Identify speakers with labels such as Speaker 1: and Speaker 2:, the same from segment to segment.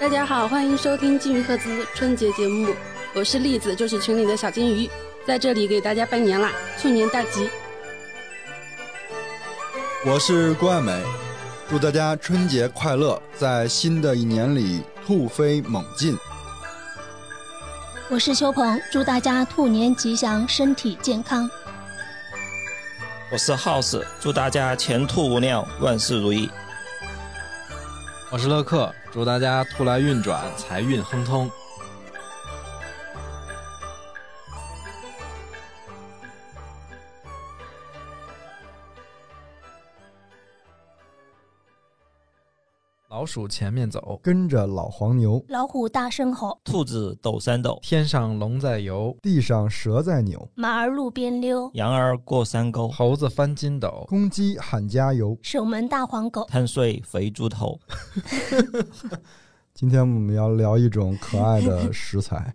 Speaker 1: 大家好，欢迎收听金鱼赫兹春节节目，我是栗子，就是群里的小金鱼，在这里给大家拜年啦，兔年大吉！
Speaker 2: 我是郭爱美，祝大家春节快乐，在新的一年里突飞猛进。
Speaker 3: 我是秋鹏，祝大家兔年吉祥，身体健康。
Speaker 4: 我是 House，祝大家前途无量，万事如意。
Speaker 5: 我是乐克，祝大家兔来运转，财运亨通。老鼠前面走，
Speaker 2: 跟着老黄牛，
Speaker 3: 老虎大声吼，
Speaker 4: 兔子斗三斗，
Speaker 5: 天上龙在游，
Speaker 2: 地上蛇在扭，
Speaker 3: 马儿路边溜，
Speaker 4: 羊儿过山沟，
Speaker 5: 猴子翻筋 斗，
Speaker 2: 公鸡喊加油。
Speaker 3: 守门大黄狗。
Speaker 4: 贪睡肥猪头。
Speaker 2: 今天我们要聊一种可爱的食材，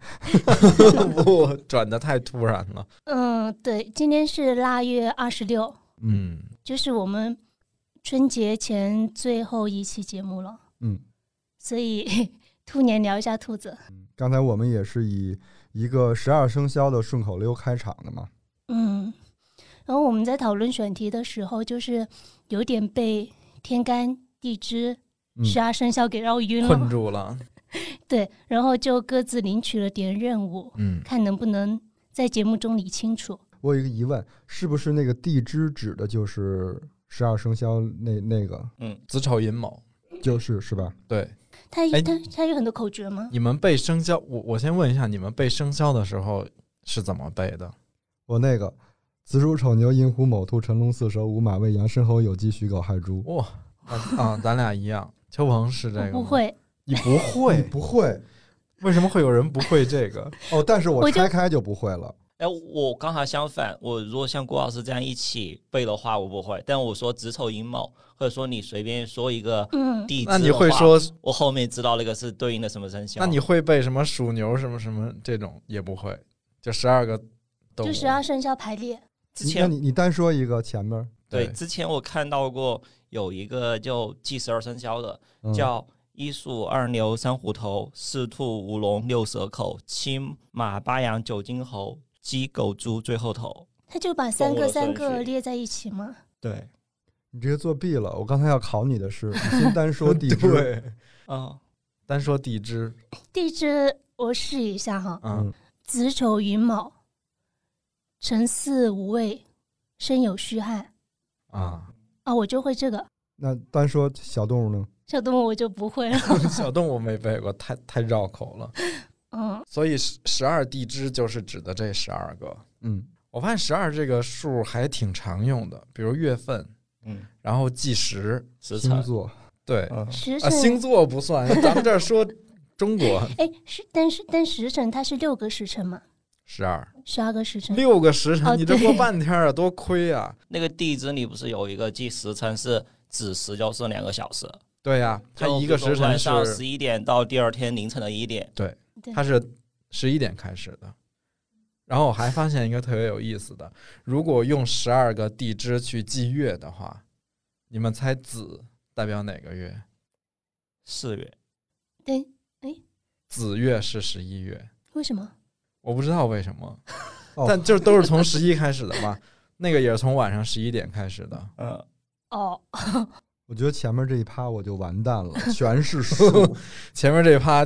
Speaker 5: 不转的太突然了。
Speaker 3: 嗯，对，今天是腊月二十六，
Speaker 2: 嗯
Speaker 5: 嗯，
Speaker 3: 就是我们春节前最后一期节目了，
Speaker 2: 嗯，
Speaker 3: 所以 兔年聊一下兔子。
Speaker 2: 刚才我们也是以一个十二生肖的顺口溜开场的嘛，
Speaker 3: 嗯，然后我们在讨论选题的时候，就是有点被天干地支
Speaker 2: 嗯
Speaker 3: 十二生肖给绕晕了，
Speaker 5: 嗯困住了。
Speaker 3: 对，然后就各自领取了点任务，
Speaker 5: 嗯，
Speaker 3: 看能不能在节目中理清楚。
Speaker 2: 我有一个疑问，是不是那个地支指的就是十二生肖那那个
Speaker 4: 嗯
Speaker 5: 子丑寅卯，
Speaker 2: 就是是吧？
Speaker 5: 对，
Speaker 3: 它
Speaker 5: 哎
Speaker 3: 它它有很多口诀吗？
Speaker 5: 你们背生肖，我我先问一下，你们背生肖的时候是怎么背的？
Speaker 2: 我那个子鼠丑牛寅虎卯兔辰龙巳蛇午马未羊申猴酉鸡戌狗亥猪，
Speaker 5: 哇、啊，咱俩一样。 秋鹏是这个，
Speaker 3: 我不，会，
Speaker 5: 你不
Speaker 2: 你
Speaker 5: 会，
Speaker 2: 不会
Speaker 5: 为什么会有人不会这 个？
Speaker 2: 哦，但是我
Speaker 3: 我就
Speaker 2: 拆开就不会了。
Speaker 4: 哎，我刚好相反，我如果像郭老师这样一起背的话，我不会。但我说子丑寅卯，或者说你随便说一个
Speaker 3: 嗯，
Speaker 4: 地支，
Speaker 5: 那你会说，
Speaker 4: 我后面知道那个是对应的什么生肖？
Speaker 5: 那你会背什么属牛什么什么这种也不会，就十二个动物，
Speaker 3: 就十二生肖排列，
Speaker 4: 之
Speaker 2: 你那
Speaker 4: 前
Speaker 2: 你你单说一个前面儿，
Speaker 4: 对
Speaker 5: 对
Speaker 4: 之前我看到过有一个就记十二生肖的，
Speaker 2: 嗯、
Speaker 4: 叫一鼠二牛三虎头，四兔五龙六蛇口，七马八羊九金猴，鸡狗猪最后头。
Speaker 3: 它就把三
Speaker 4: 动物
Speaker 3: 个
Speaker 4: 的
Speaker 3: 三
Speaker 4: 顺
Speaker 3: 个
Speaker 4: 序
Speaker 3: 列在一起吗？
Speaker 4: 对，
Speaker 2: 你直接作弊了。我刚才要考你的是，你先单说地支，
Speaker 5: 对，
Speaker 4: 啊、
Speaker 5: 单说地支，
Speaker 3: 地支我试一下哈，
Speaker 5: 嗯，
Speaker 3: 子丑寅卯，辰巳午未，申酉戌亥
Speaker 5: 啊，
Speaker 3: 啊，我就会这个
Speaker 2: 那单说小动物呢？
Speaker 3: 小动物我就不会了。
Speaker 5: 小动物没背过，太太绕口了。
Speaker 3: 嗯，
Speaker 5: 所以十十二地支就是指的这十二个。
Speaker 2: 嗯，
Speaker 5: 我发现十二这个数还挺常用的，比如月份，
Speaker 4: 嗯，
Speaker 5: 然后计时，
Speaker 4: 十
Speaker 2: 星
Speaker 4: 辰，
Speaker 2: 座，
Speaker 5: 对，
Speaker 4: 嗯，
Speaker 3: 时
Speaker 5: 啊，星
Speaker 3: 辰
Speaker 5: 座不算，咱们这儿说 中国
Speaker 3: 哎是，但是但时辰它是六个时辰嘛，
Speaker 5: 十二
Speaker 3: 十二个时辰。
Speaker 5: 六个时
Speaker 3: 哦
Speaker 5: 辰，你这过
Speaker 3: 对
Speaker 5: 半天啊，多亏啊！
Speaker 4: 那个地支里不是有一个记时辰是子时，就是两个小时，
Speaker 5: 对呀、它
Speaker 4: 就
Speaker 5: 一个
Speaker 4: 比如
Speaker 5: 时
Speaker 4: 说晚
Speaker 5: 辰
Speaker 4: 上
Speaker 5: 是
Speaker 4: 十一点到第二天凌晨的一点。
Speaker 3: 对
Speaker 5: 它是十一点开始的。然后我还发现一个特别有意思的，如果用十二个地支去记月的话，你们猜子代表哪个月？
Speaker 4: 四月，
Speaker 3: 对，
Speaker 5: 子月是十一月，
Speaker 3: 为什么？
Speaker 5: 我不知道为什么，
Speaker 2: 哦
Speaker 5: 但就都是从十一开始的嘛，那个也是从晚上十一点开始的。
Speaker 4: 嗯，
Speaker 3: 哦，
Speaker 2: 我觉得前面这一趴我就完蛋了，全 是数。
Speaker 5: 前面这一趴，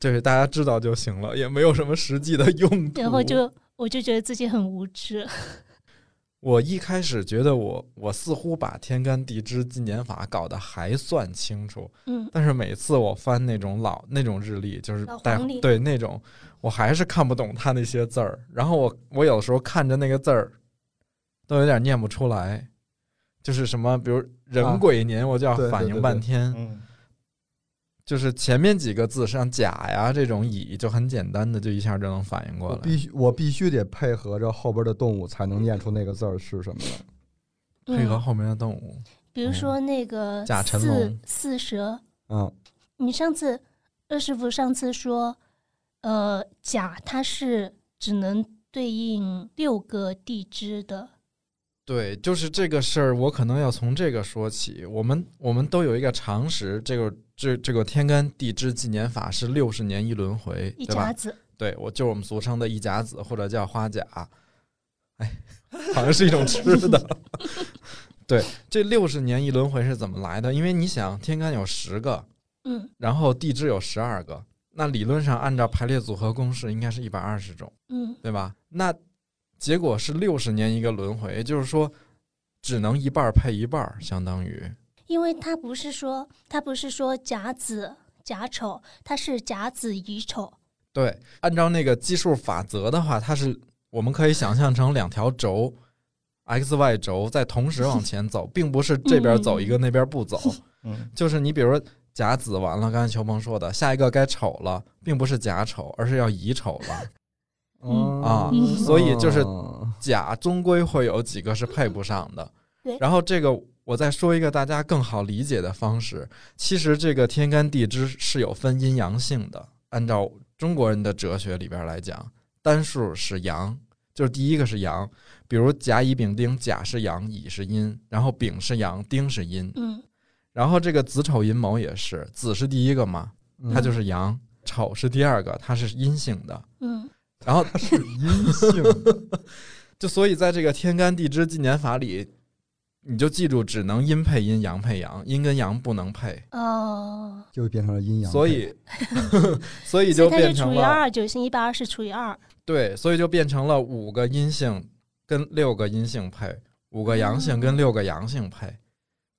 Speaker 5: 就是大家知道就行了，也没有什么实际的用途。
Speaker 3: 然后就我就觉得自己很无知。
Speaker 5: 我一开始觉得我我似乎把天干地支纪年法搞得还算清楚，
Speaker 3: 嗯，
Speaker 5: 但是每次我翻那种老那种日历，就是
Speaker 3: 老
Speaker 5: 带
Speaker 3: 黄历
Speaker 5: 对那种，我还是看不懂他那些字儿。然后我我有的时候看着那个字儿，都有点念不出来，就是什么，比如
Speaker 2: 啊
Speaker 5: 壬癸年，我就要
Speaker 2: 对对
Speaker 5: 反
Speaker 2: 对对
Speaker 5: 应半天。
Speaker 4: 嗯，
Speaker 5: 就是前面几个字像甲呀这种乙，就很简单的，就一下就能反应过
Speaker 2: 我
Speaker 5: 来。
Speaker 2: 必须我必须得配合着后边的动物才能念出那个字儿是什么来。
Speaker 5: 配合
Speaker 3: 嗯
Speaker 5: 后面的动物，
Speaker 3: 比如说那个
Speaker 5: 甲辰
Speaker 3: 四
Speaker 5: 龙
Speaker 3: 四蛇，
Speaker 2: 嗯，
Speaker 3: 你上次二师傅上次说，呃，甲它是只能对应六个地支的，
Speaker 5: 对，就是这个事儿，我可能要从这个说起。我们我们都有一个常识，这个这这个天干地支纪年法是六十年一轮回，
Speaker 3: 一
Speaker 5: 对吧
Speaker 3: 甲？子，
Speaker 5: 对，我就是我们俗称的一甲子，或者叫花甲。哎，好像是一种吃的。 对，这六十年一轮回是怎么来的？因为你想，天干有十个，
Speaker 3: 嗯
Speaker 5: 然后地支有十二个，那理论上按照排列组合公式，应该是一百二十种，
Speaker 3: 嗯
Speaker 5: 对吧？那结果是六十年一个轮回，也就是说，只能一半儿配一半儿，相当于
Speaker 3: 因为它不是说它不是说甲子甲丑，它是甲子乙丑，
Speaker 5: 对。按照那个基数法则的话，它是我们可以想象成两条轴，x、y 轴在同时往前走，并不是这边走一个那边不走，
Speaker 4: 嗯
Speaker 5: 就是你比如说。甲子完了，刚才球鹏说的，下一个该丑了，并不是甲丑，而是要乙丑了。
Speaker 3: 嗯
Speaker 5: 啊
Speaker 3: 嗯
Speaker 5: 所以就是
Speaker 2: 哦
Speaker 5: 甲终归会有几个是配不上的
Speaker 3: 对。
Speaker 5: 然后这个我再说一个大家更好理解的方式，其实这个天干地支是有分阴阳性的。按照中国人的哲学里边来讲，单数是阳，就是第一个是阳，比如甲乙丙丁，甲是阳，乙是阴，然后丙是阳，丁是阴。
Speaker 3: 嗯
Speaker 5: 然后这个子丑寅卯也是，子是第一个嘛，
Speaker 2: 嗯
Speaker 5: 它就是阳；丑是第二个，它是阴性的。
Speaker 3: 嗯
Speaker 5: 然后
Speaker 2: 是阴性的，
Speaker 5: 就所以在这个天干地支纪年法里，你就记住只能阴配阴，阳配阳，阴跟阳不能配，
Speaker 3: 哦，
Speaker 2: 就变成了阴阳。
Speaker 5: 所以 所以
Speaker 3: 所
Speaker 5: 就
Speaker 3: 以它
Speaker 5: 变
Speaker 3: 是除
Speaker 5: 成
Speaker 3: 以
Speaker 5: 了
Speaker 3: 二就行，一百二十除以二，
Speaker 5: 对，所以就变成了五个阴性跟六个阴性配，五个阳性跟六个阳性配。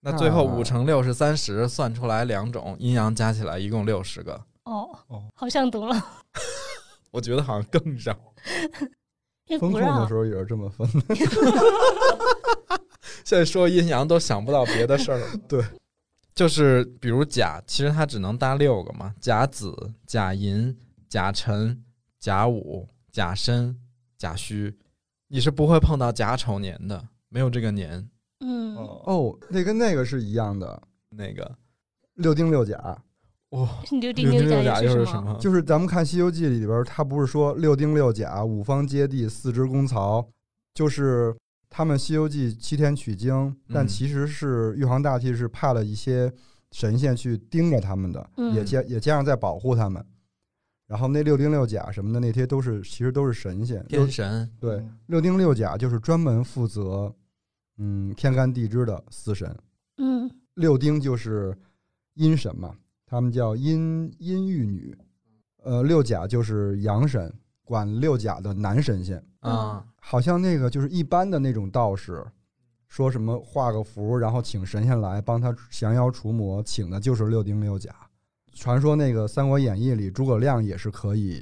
Speaker 5: 那最后
Speaker 2: 啊
Speaker 5: 五乘六是三十，算出来两种阴阳加起来一共六十个，
Speaker 3: 哦
Speaker 4: 哦，
Speaker 3: 好像懂了，
Speaker 5: 我觉得好像更少。
Speaker 3: 因为
Speaker 2: 风
Speaker 3: 不
Speaker 2: 控
Speaker 3: 让
Speaker 2: 的时候也是这么分的。
Speaker 5: 现在说阴阳都想不到别的事儿了。
Speaker 2: 对，
Speaker 5: 就是比如甲，其实它只能搭六个嘛：甲子、甲寅、甲辰、甲午、甲申、甲戌。你是不会碰到甲丑年的，没有这个年。
Speaker 3: 嗯，
Speaker 4: 哦，
Speaker 2: 哦，那跟那个是一样的，
Speaker 5: 那个
Speaker 2: 六丁六甲。
Speaker 5: 哇，
Speaker 3: 六丁
Speaker 5: 六丁六
Speaker 3: 甲
Speaker 5: 又
Speaker 3: 是
Speaker 5: 是什？么？
Speaker 2: 就是咱们看《西游记》里边，他不是说六丁六甲、五方揭谛、四支公曹，就是他们《西游记》七天取经，但
Speaker 5: 嗯
Speaker 2: 其实是玉皇大帝是派了一些神仙去盯着他们的，
Speaker 3: 嗯
Speaker 2: 也加也加上在保护他们。然后那六丁六甲什么的，那些都是其实都是神仙。六
Speaker 5: 天神。
Speaker 2: 对，六丁六甲就是专门负责嗯天干地支的司神，
Speaker 3: 嗯
Speaker 2: 六丁就是阴神嘛，他们叫阴阴玉女，呃，六甲就是阳神，管六甲的男神仙。
Speaker 5: 啊，
Speaker 2: 好像那个就是一般的那种道士，说什么画个符，然后请神仙来帮他降妖除魔，请的就是六丁六甲。传说那个《三国演义》里，诸葛亮也是可以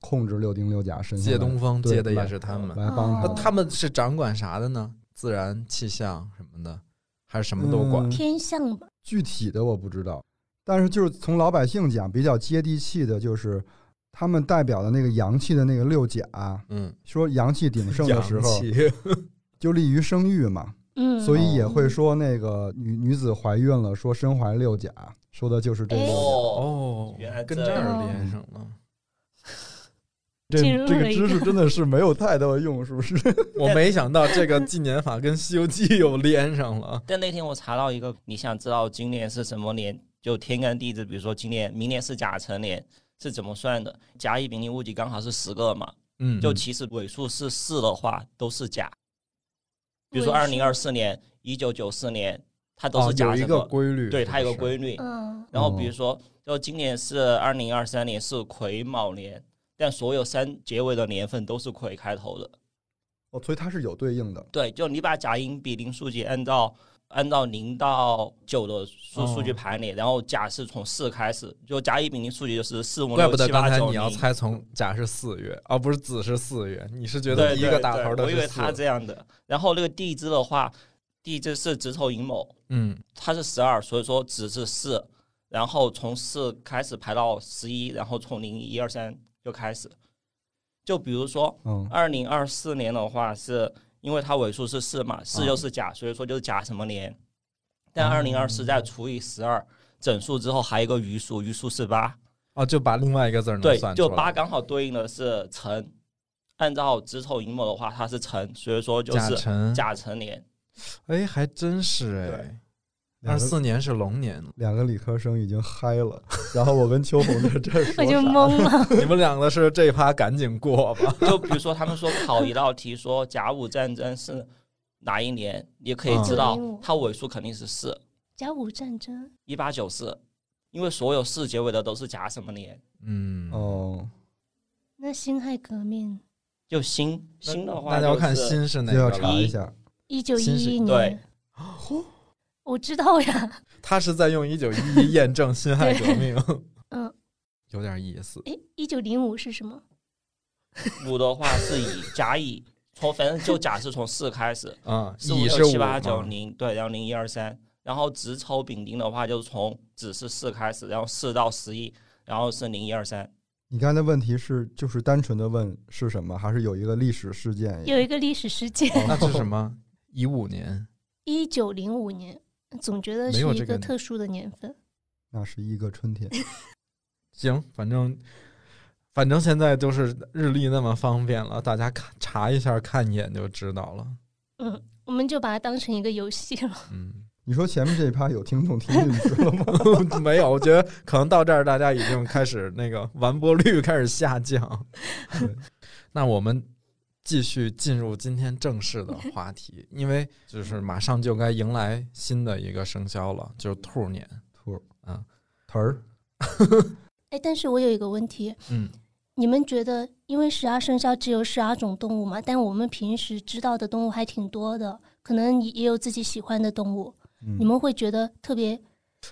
Speaker 2: 控制六丁六甲神仙
Speaker 5: 借
Speaker 2: 来
Speaker 5: 东风
Speaker 2: 对
Speaker 5: 借的
Speaker 2: 来
Speaker 5: 也是他们。
Speaker 2: 来帮
Speaker 3: 哦
Speaker 2: 他
Speaker 5: 那
Speaker 2: 们。
Speaker 5: 他们是掌管啥的呢？自然气象什么的，还是什么都管
Speaker 2: 嗯？
Speaker 3: 天象吧，
Speaker 2: 具体的我不知道，但是就是从老百姓讲，比较接地气的，就是他们代表的那个阳气的那个六甲，
Speaker 5: 嗯，
Speaker 2: 说阳气鼎盛的时候
Speaker 5: 阳气，
Speaker 2: 就利于生育嘛，
Speaker 3: 嗯，
Speaker 2: 所以也会说那个女女子怀孕了，说身怀六甲，说的就是这
Speaker 3: 哎
Speaker 2: 个。
Speaker 4: 哦，
Speaker 5: 哦，
Speaker 4: 原来
Speaker 5: 跟
Speaker 4: 这
Speaker 5: 这儿
Speaker 3: 样
Speaker 5: 连上了。
Speaker 2: 这
Speaker 3: 进入
Speaker 2: 这
Speaker 3: 了
Speaker 2: 个
Speaker 3: 一
Speaker 2: 知识
Speaker 3: 个
Speaker 2: 真的是没有太大的用，是不 是？
Speaker 5: 我没想到这个纪年法跟《西游记》又连上了。
Speaker 4: 但那天我查到一个，你想知道今年是什么年，就天干地支，比如说今年、明年是甲辰年，是怎么算的？甲乙丙丁戊己刚好是十个嘛，
Speaker 5: 嗯
Speaker 4: 就其实尾数是四的话都是甲，比如说
Speaker 3: 尾
Speaker 4: 二
Speaker 3: 数
Speaker 4: 零二四年、一九九四年，它都
Speaker 5: 哦
Speaker 4: 是，甲
Speaker 5: 有一
Speaker 4: 辰
Speaker 5: 个
Speaker 4: 嘛
Speaker 5: 规律，
Speaker 4: 对，它有个
Speaker 5: 律。
Speaker 4: 规律。
Speaker 3: 嗯
Speaker 4: 然后比
Speaker 5: 哦
Speaker 4: 如说，就今年是二零二三年是癸卯年，但所有三结尾的年份都是癸开头的。
Speaker 2: 哦，所以它是有对应的。
Speaker 4: 对，就你把甲寅比邻数据按照按照零到九的数
Speaker 5: 哦
Speaker 4: 数据排列，然后甲是从四开始，就甲乙丙丁数据就是四五
Speaker 5: 怪
Speaker 4: 六
Speaker 5: 不得
Speaker 4: 七
Speaker 5: 刚
Speaker 4: 八
Speaker 5: 才
Speaker 4: 九
Speaker 5: 你要
Speaker 4: 零。
Speaker 5: 猜从甲是四月，哦，不是子是四月，你是觉得
Speaker 4: 对
Speaker 5: 第一个
Speaker 4: 对
Speaker 5: 打头
Speaker 4: 对
Speaker 5: 的
Speaker 4: 我以为
Speaker 5: 是
Speaker 4: 他
Speaker 5: 四？
Speaker 4: 这样的。然后那个地支的话，地支是子丑寅卯，
Speaker 5: 嗯，
Speaker 4: 它是十二，所以说子是四，然后从四开始排到十一，然后从零一二三就开始。就比如说
Speaker 2: 嗯，
Speaker 4: 二零二四年的话是，因为它尾数是四嘛，四
Speaker 2: 啊
Speaker 4: 就是甲，所以说就是甲什么年。但二零二四再除以十二整数之后，还有一个余数，余数是八，
Speaker 5: 哦，就把另外一个字儿能
Speaker 4: 对
Speaker 5: 算，出
Speaker 4: 就
Speaker 5: 来。
Speaker 4: 八刚好对应的是辰。按照子丑寅卯的话，它是辰，所以说就
Speaker 5: 甲
Speaker 4: 是
Speaker 5: 辰，
Speaker 4: 甲辰年。
Speaker 5: 哎，还真是哎。
Speaker 2: 两
Speaker 5: 二
Speaker 2: 个
Speaker 5: 四年是龙年，
Speaker 2: 两个理科生已经嗨了，然后我跟秋红在这儿说
Speaker 3: 我就
Speaker 2: 啥
Speaker 3: 懵了。
Speaker 5: 你们两个是这趴赶紧过吧。
Speaker 4: 就比如说他们说考一道题，说甲午战争是哪一年，你可以知道
Speaker 3: 嗯
Speaker 4: 它尾数肯定是四，
Speaker 3: 甲午战争，
Speaker 4: 一八九四，因为所有四结尾的都是甲什么年，
Speaker 5: 嗯，
Speaker 2: 哦，
Speaker 3: 那辛亥革命，
Speaker 4: 就辛辛的话
Speaker 5: 大
Speaker 4: 就
Speaker 5: 家
Speaker 4: 是
Speaker 5: 要看辛是哪
Speaker 2: 就要
Speaker 5: 个
Speaker 2: 查
Speaker 5: 了。
Speaker 2: 一下。
Speaker 3: 一九
Speaker 5: 辛
Speaker 3: 一
Speaker 5: 亥
Speaker 3: 一
Speaker 4: 对
Speaker 3: 年，我知道呀。
Speaker 5: 他是在用一九一一验证辛亥革 命，
Speaker 3: 嗯，
Speaker 5: 有点意思。
Speaker 3: 诶，一九零五是什么？
Speaker 4: 五的话是乙甲乙，从反正就甲是从四开始，
Speaker 5: 嗯，
Speaker 4: 四五
Speaker 5: 乙
Speaker 4: 六
Speaker 5: 是
Speaker 4: 七
Speaker 5: 五啊
Speaker 4: 八
Speaker 5: 嘛
Speaker 4: 九零，对，然后零一二三，然后子丑丙丁的话就是从子是四开始，然后四到十一，然后是零一二三，
Speaker 2: 你刚才的问题是就是单纯的问是什么，还是有一个历史事件也？
Speaker 3: 有一个历史事件，
Speaker 5: 哦那 是什么？乙五年，
Speaker 3: 一九零五年，总觉得
Speaker 5: 没
Speaker 3: 是
Speaker 5: 有
Speaker 3: 一
Speaker 5: 这个
Speaker 3: 个特殊的年份。
Speaker 2: 那是一个春天。
Speaker 5: 行，反正反正现在就是日历那么方便了，大家看查一下看一眼就知道了。
Speaker 3: 嗯，我们就把它当成一个游戏了。
Speaker 5: 嗯，
Speaker 2: 你说前面这一趴有听众听进去 了吗？
Speaker 5: 没有，我觉得可能到这儿大家已经开始那个完播率开始下降。对那我们继续进入今天正式的话题，因为就是马上就该迎来新的一个生肖了，就是兔年。
Speaker 2: 兔
Speaker 5: 啊，
Speaker 2: 词儿
Speaker 3: 哎，但是我有一个问题，
Speaker 5: 嗯，
Speaker 3: 你们觉得，因为十二生肖只有十二种动物嘛，但我们平时知道的动物还挺多的，可能也有自己喜欢的动物，
Speaker 2: 嗯
Speaker 3: 你们会觉得特别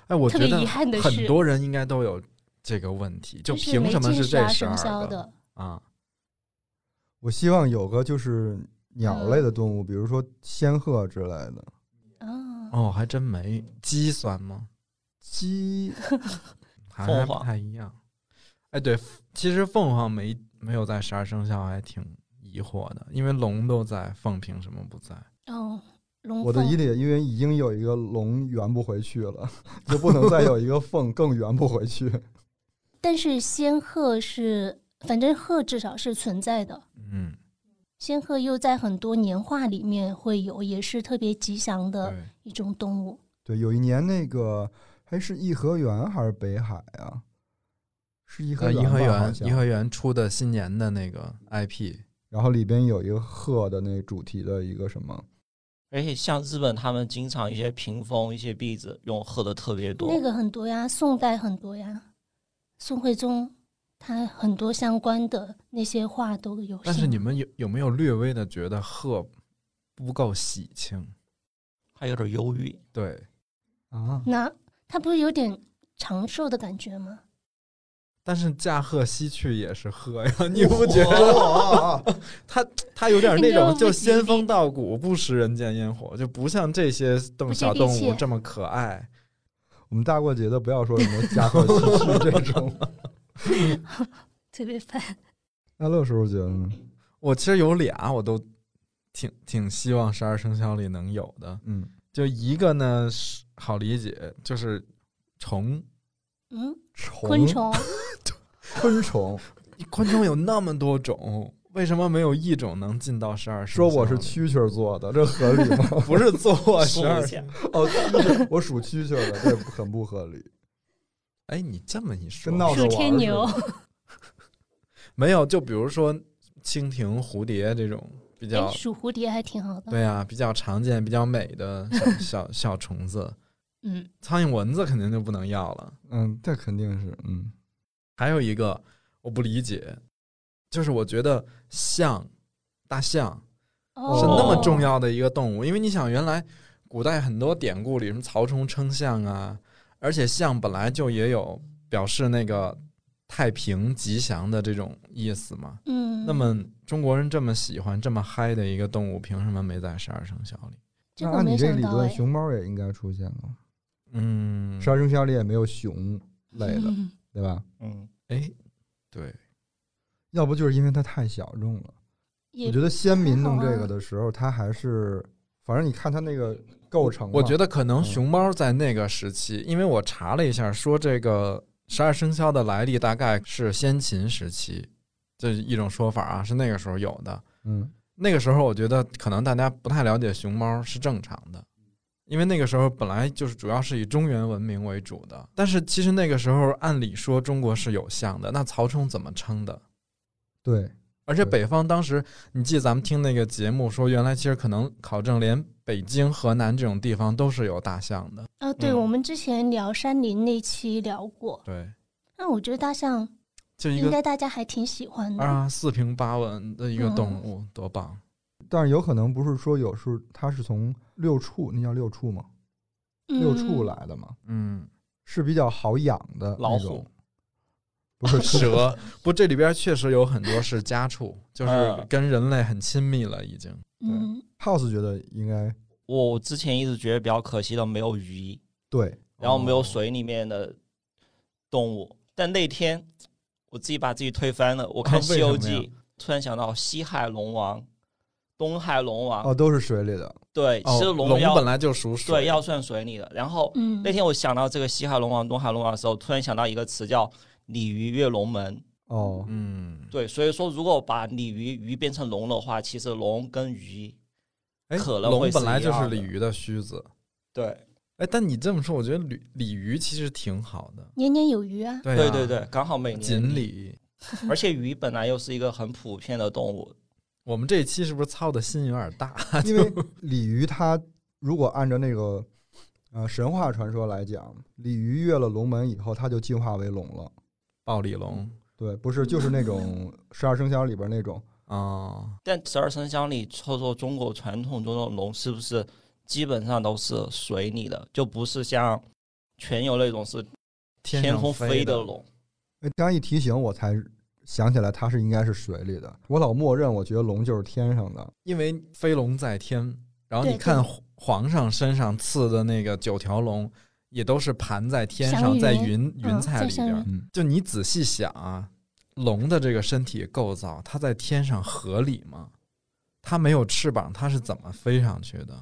Speaker 5: 哎，我
Speaker 3: 特
Speaker 5: 觉
Speaker 3: 别
Speaker 5: 得
Speaker 3: 遗憾的是
Speaker 5: 很多人应该都有这个问题，就是凭
Speaker 3: 没
Speaker 5: 什么
Speaker 3: 进
Speaker 5: 是这
Speaker 3: 12
Speaker 5: 十
Speaker 3: 生
Speaker 5: 二
Speaker 3: 肖
Speaker 5: 个
Speaker 3: 的？
Speaker 5: 啊？
Speaker 2: 我希望有个就是
Speaker 3: 嗯
Speaker 2: 鸟类的动物，比如说仙鹤之类的。
Speaker 3: 啊？
Speaker 5: 哦，还真没鸡算吗？
Speaker 2: 鸡，
Speaker 5: 还
Speaker 4: 凤
Speaker 5: 不
Speaker 4: 凰
Speaker 5: 太一样。哎，对，其实凤凰没没有在十二生肖，还挺疑惑的，因为龙都在，凤凭什么不在？
Speaker 3: 哦，龙
Speaker 2: 我的
Speaker 3: 凤
Speaker 2: 一里因为已经有一个龙圆不回去了， 就不能再有一个凤更圆不回去。
Speaker 3: 但是仙鹤是，反正鹤至少是存在的。
Speaker 5: 嗯，
Speaker 3: 仙鹤又在很多年画里面会有，也是特别吉祥的
Speaker 5: 对，
Speaker 3: 一种动物。
Speaker 2: 对，有一年那个还是颐和园还是北海啊？是颐和
Speaker 5: 呃，
Speaker 2: 园
Speaker 5: 颐
Speaker 2: 吧，好
Speaker 5: 和园，
Speaker 2: 像
Speaker 5: 颐和园出的新年的那个 IP，
Speaker 2: 然后里边有一个鹤的那主题的一个什么？
Speaker 4: 而且像日本他们经常一些屏风、一些壁纸用鹤的特别多，
Speaker 3: 那个很多呀，宋代很多呀，宋徽宗他很多相关的那些画都有。
Speaker 5: 但是你们有有没有略微的觉得鹤不够喜庆？
Speaker 4: 还有点忧郁。
Speaker 5: 对，
Speaker 2: 啊，
Speaker 3: 那他不是有点长寿的感觉吗？
Speaker 5: 但是驾鹤西去也是鹤呀， 你不
Speaker 2: 哦
Speaker 5: 觉得？他他有点那 种就仙风道骨、不食人间烟火，就不像这些动
Speaker 3: 不接
Speaker 5: 小
Speaker 3: 地
Speaker 5: 动
Speaker 3: 气
Speaker 5: 物这么可爱。
Speaker 2: 我们大过节的不要说什么家和喜事这种。
Speaker 3: 特别烦。
Speaker 2: 那乐叔叔觉得呢？
Speaker 5: 我其实有俩，我都挺挺希望十二生肖里能有的。
Speaker 2: 嗯，
Speaker 5: 就一个呢是好理解，就是虫，
Speaker 3: 嗯，
Speaker 2: 虫
Speaker 3: 昆虫，
Speaker 2: 昆虫，
Speaker 5: 昆虫有那么多种，为什么没有一种能进到十二生
Speaker 2: 说
Speaker 5: 肖里？
Speaker 2: 我是蛐蛐儿做的，这合理吗？
Speaker 5: 不是做
Speaker 4: 说
Speaker 5: 十二
Speaker 4: 一？下
Speaker 2: 哦，蛐蛐，我属蛐蛐儿的，这很不合理，
Speaker 5: 哎，你这么一说，
Speaker 2: 跟闹着
Speaker 3: 属
Speaker 2: 玩儿
Speaker 3: 天
Speaker 2: 似
Speaker 3: 牛
Speaker 2: 的。
Speaker 5: 没有，就比如说蜻蜓、蝴蝶这种比较
Speaker 3: 哎，，属蝴蝶还挺好的。
Speaker 5: 对啊，比较常见、比较美的小小小虫子，
Speaker 3: 嗯，
Speaker 5: 苍蝇、蚊子肯定就不能要了。
Speaker 2: 嗯，这肯定是，嗯，
Speaker 5: 还有一个我不理解，就是我觉得象，大象
Speaker 3: 哦，
Speaker 5: 是那么重要的一个动物，因为你想，原来古代很多典故里，什么曹冲称象啊，而且象本来就也有表示那个太平吉祥的这种意思嘛。
Speaker 3: 嗯，
Speaker 5: 那么中国人这么喜欢、这么嗨的一个动物，凭什么没在十二生肖里？
Speaker 3: 这
Speaker 2: 那
Speaker 3: 个
Speaker 2: 按
Speaker 3: 没
Speaker 2: 你这
Speaker 3: 想
Speaker 2: 理
Speaker 3: 到
Speaker 2: 论，
Speaker 3: 哎。
Speaker 2: 熊猫也应该出现了。
Speaker 5: 嗯
Speaker 2: 十二生肖里也没有熊类的，
Speaker 3: 嗯
Speaker 2: 对吧？
Speaker 4: 嗯，
Speaker 5: 哎，对，
Speaker 2: 要不就是因为它太小众了。
Speaker 3: 也
Speaker 2: 我觉得先民弄这
Speaker 3: 还好
Speaker 2: 个
Speaker 3: 啊
Speaker 2: 的时候，它还是，反正你看它那个构成嘛，
Speaker 5: 我觉得可能熊猫在那个时期，因为我查了一下，说这个十二生肖的来历大概是先秦时期，这一种说法啊，是那个时候有的。
Speaker 2: 嗯，
Speaker 5: 那个时候我觉得可能大家不太了解熊猫是正常的，因为那个时候本来就是主要是以中原文明为主的，但是其实那个时候按理说中国是有象的，那曹冲怎么称的？
Speaker 2: 对，
Speaker 5: 而且
Speaker 2: 对
Speaker 5: 北方当时，你记得咱们听那个节目说，原来其实可能考证连北京、河南这种地方都是有大象的。
Speaker 3: 啊，对，
Speaker 4: 嗯
Speaker 3: 我们之前聊山林那期聊过，
Speaker 5: 对，
Speaker 3: 那我觉得大象
Speaker 5: 就一
Speaker 3: 应
Speaker 5: 个
Speaker 3: 该嗯大家还挺喜欢的。
Speaker 5: 啊四平八稳的一个动物，多棒！
Speaker 2: 但是有可能不是说有是它是从六畜，那叫六畜吗？
Speaker 3: 嗯
Speaker 2: 六畜，来的嘛，
Speaker 5: 嗯，
Speaker 2: 是比较好养的那
Speaker 4: 老
Speaker 2: 种
Speaker 4: 虎，
Speaker 2: 不是
Speaker 5: 蛇，不，这里边确实有很多是家畜，就是
Speaker 4: 嗯
Speaker 5: 跟人类很亲密了，已经。
Speaker 3: 嗯，
Speaker 2: House 觉得应该
Speaker 4: 我之前一直觉得比较可惜的没有鱼，
Speaker 2: 对，
Speaker 4: 然后没有
Speaker 5: 哦
Speaker 4: 水里面的动物。但那天我自己把自己推翻了，我看
Speaker 5: 啊
Speaker 4: 《
Speaker 5: 为
Speaker 4: 西游
Speaker 5: 什
Speaker 4: 记
Speaker 5: 么呀》
Speaker 4: 突然想到西海龙王、东海龙王，
Speaker 2: 哦，都是水里的，
Speaker 4: 对，其
Speaker 5: 哦，
Speaker 4: 实
Speaker 5: 龙
Speaker 4: 要、
Speaker 5: 本来就属水，
Speaker 4: 对要算水里的。然后
Speaker 3: 嗯，
Speaker 4: 那天我想到这个西海龙王、东海龙王的时候，突然想到一个词叫“鲤鱼跃龙门
Speaker 2: 哦，
Speaker 5: 嗯”。，
Speaker 4: 对，所以说如果把鲤鱼鱼变成龙的话，其实龙跟鱼
Speaker 5: 哎
Speaker 4: 可能
Speaker 5: 龙
Speaker 4: 会
Speaker 5: 本
Speaker 4: 是
Speaker 5: 来
Speaker 4: 一
Speaker 5: 就
Speaker 4: 样
Speaker 5: 是
Speaker 4: 的
Speaker 5: 鲤鱼的须子。
Speaker 4: 对
Speaker 5: 哎，但你这么说，我觉得鲤鲤鱼其实挺好的。
Speaker 3: 年年有余啊。
Speaker 5: 对
Speaker 4: 对
Speaker 5: 啊
Speaker 4: 对对，刚好每年
Speaker 5: 锦鲤。
Speaker 4: 而且鱼本来又是一个很普遍的动物，
Speaker 5: 我们这一期是不是操的心有点大？
Speaker 2: 因为鲤鱼它如果按照那个呃神话传说来讲，鲤鱼跃了龙门以后，它就进化为龙了。
Speaker 5: 暴鲤龙
Speaker 2: 对，不是就是那种十二生肖里边那种，
Speaker 5: 啊、哦
Speaker 4: 但十二生肖里，或者说中国传统中的龙，是不是基本上都是水里的，就不是像全游那种是天
Speaker 5: 上
Speaker 4: 空
Speaker 5: 飞
Speaker 4: 飞
Speaker 5: 的
Speaker 4: 的龙？
Speaker 2: 哎，刚一提醒我才想起来它是应该是水里的。我老默认我觉得龙就是天上的，
Speaker 5: 因为飞龙在天。然后
Speaker 3: 对
Speaker 5: 你看
Speaker 3: 对
Speaker 5: 皇皇上身上刺的那个九条龙，也都是盘在天
Speaker 3: 祥
Speaker 5: 上，
Speaker 3: 云
Speaker 5: 在云云
Speaker 3: 嗯
Speaker 5: 彩
Speaker 3: 在
Speaker 5: 里
Speaker 3: 上
Speaker 5: 边。
Speaker 3: 面
Speaker 2: 嗯，
Speaker 5: 就你仔细想啊，龙的这个身体构造，它在天上合理吗？它没有翅膀，它是怎么飞上去的？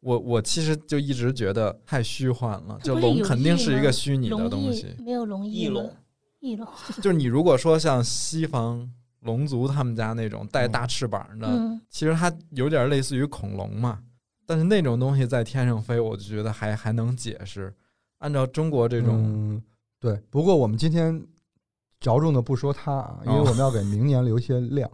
Speaker 5: 我我其实就一直觉得太虚幻了，
Speaker 3: 它
Speaker 5: 就
Speaker 3: 不是
Speaker 5: 龙
Speaker 3: 有
Speaker 5: 肯定
Speaker 3: 翼
Speaker 5: 是一
Speaker 3: 吗
Speaker 5: 个虚拟的
Speaker 3: 龙
Speaker 5: 东
Speaker 3: 翼
Speaker 5: 西。
Speaker 3: 没有龙
Speaker 4: 翼
Speaker 3: 翼
Speaker 4: 龙
Speaker 3: 吗，翼龙，
Speaker 5: 就是你如果说像西方龙族他们家那种带大翅膀的，
Speaker 3: 嗯，
Speaker 5: 其实它有点类似于恐龙嘛。但是那种东西在天上飞，我就觉得还还能解释。按照中国这种，
Speaker 2: 嗯、对。不过我们今天着重的不说它啊，因为
Speaker 5: 哦
Speaker 2: 我们要给明年留些 量。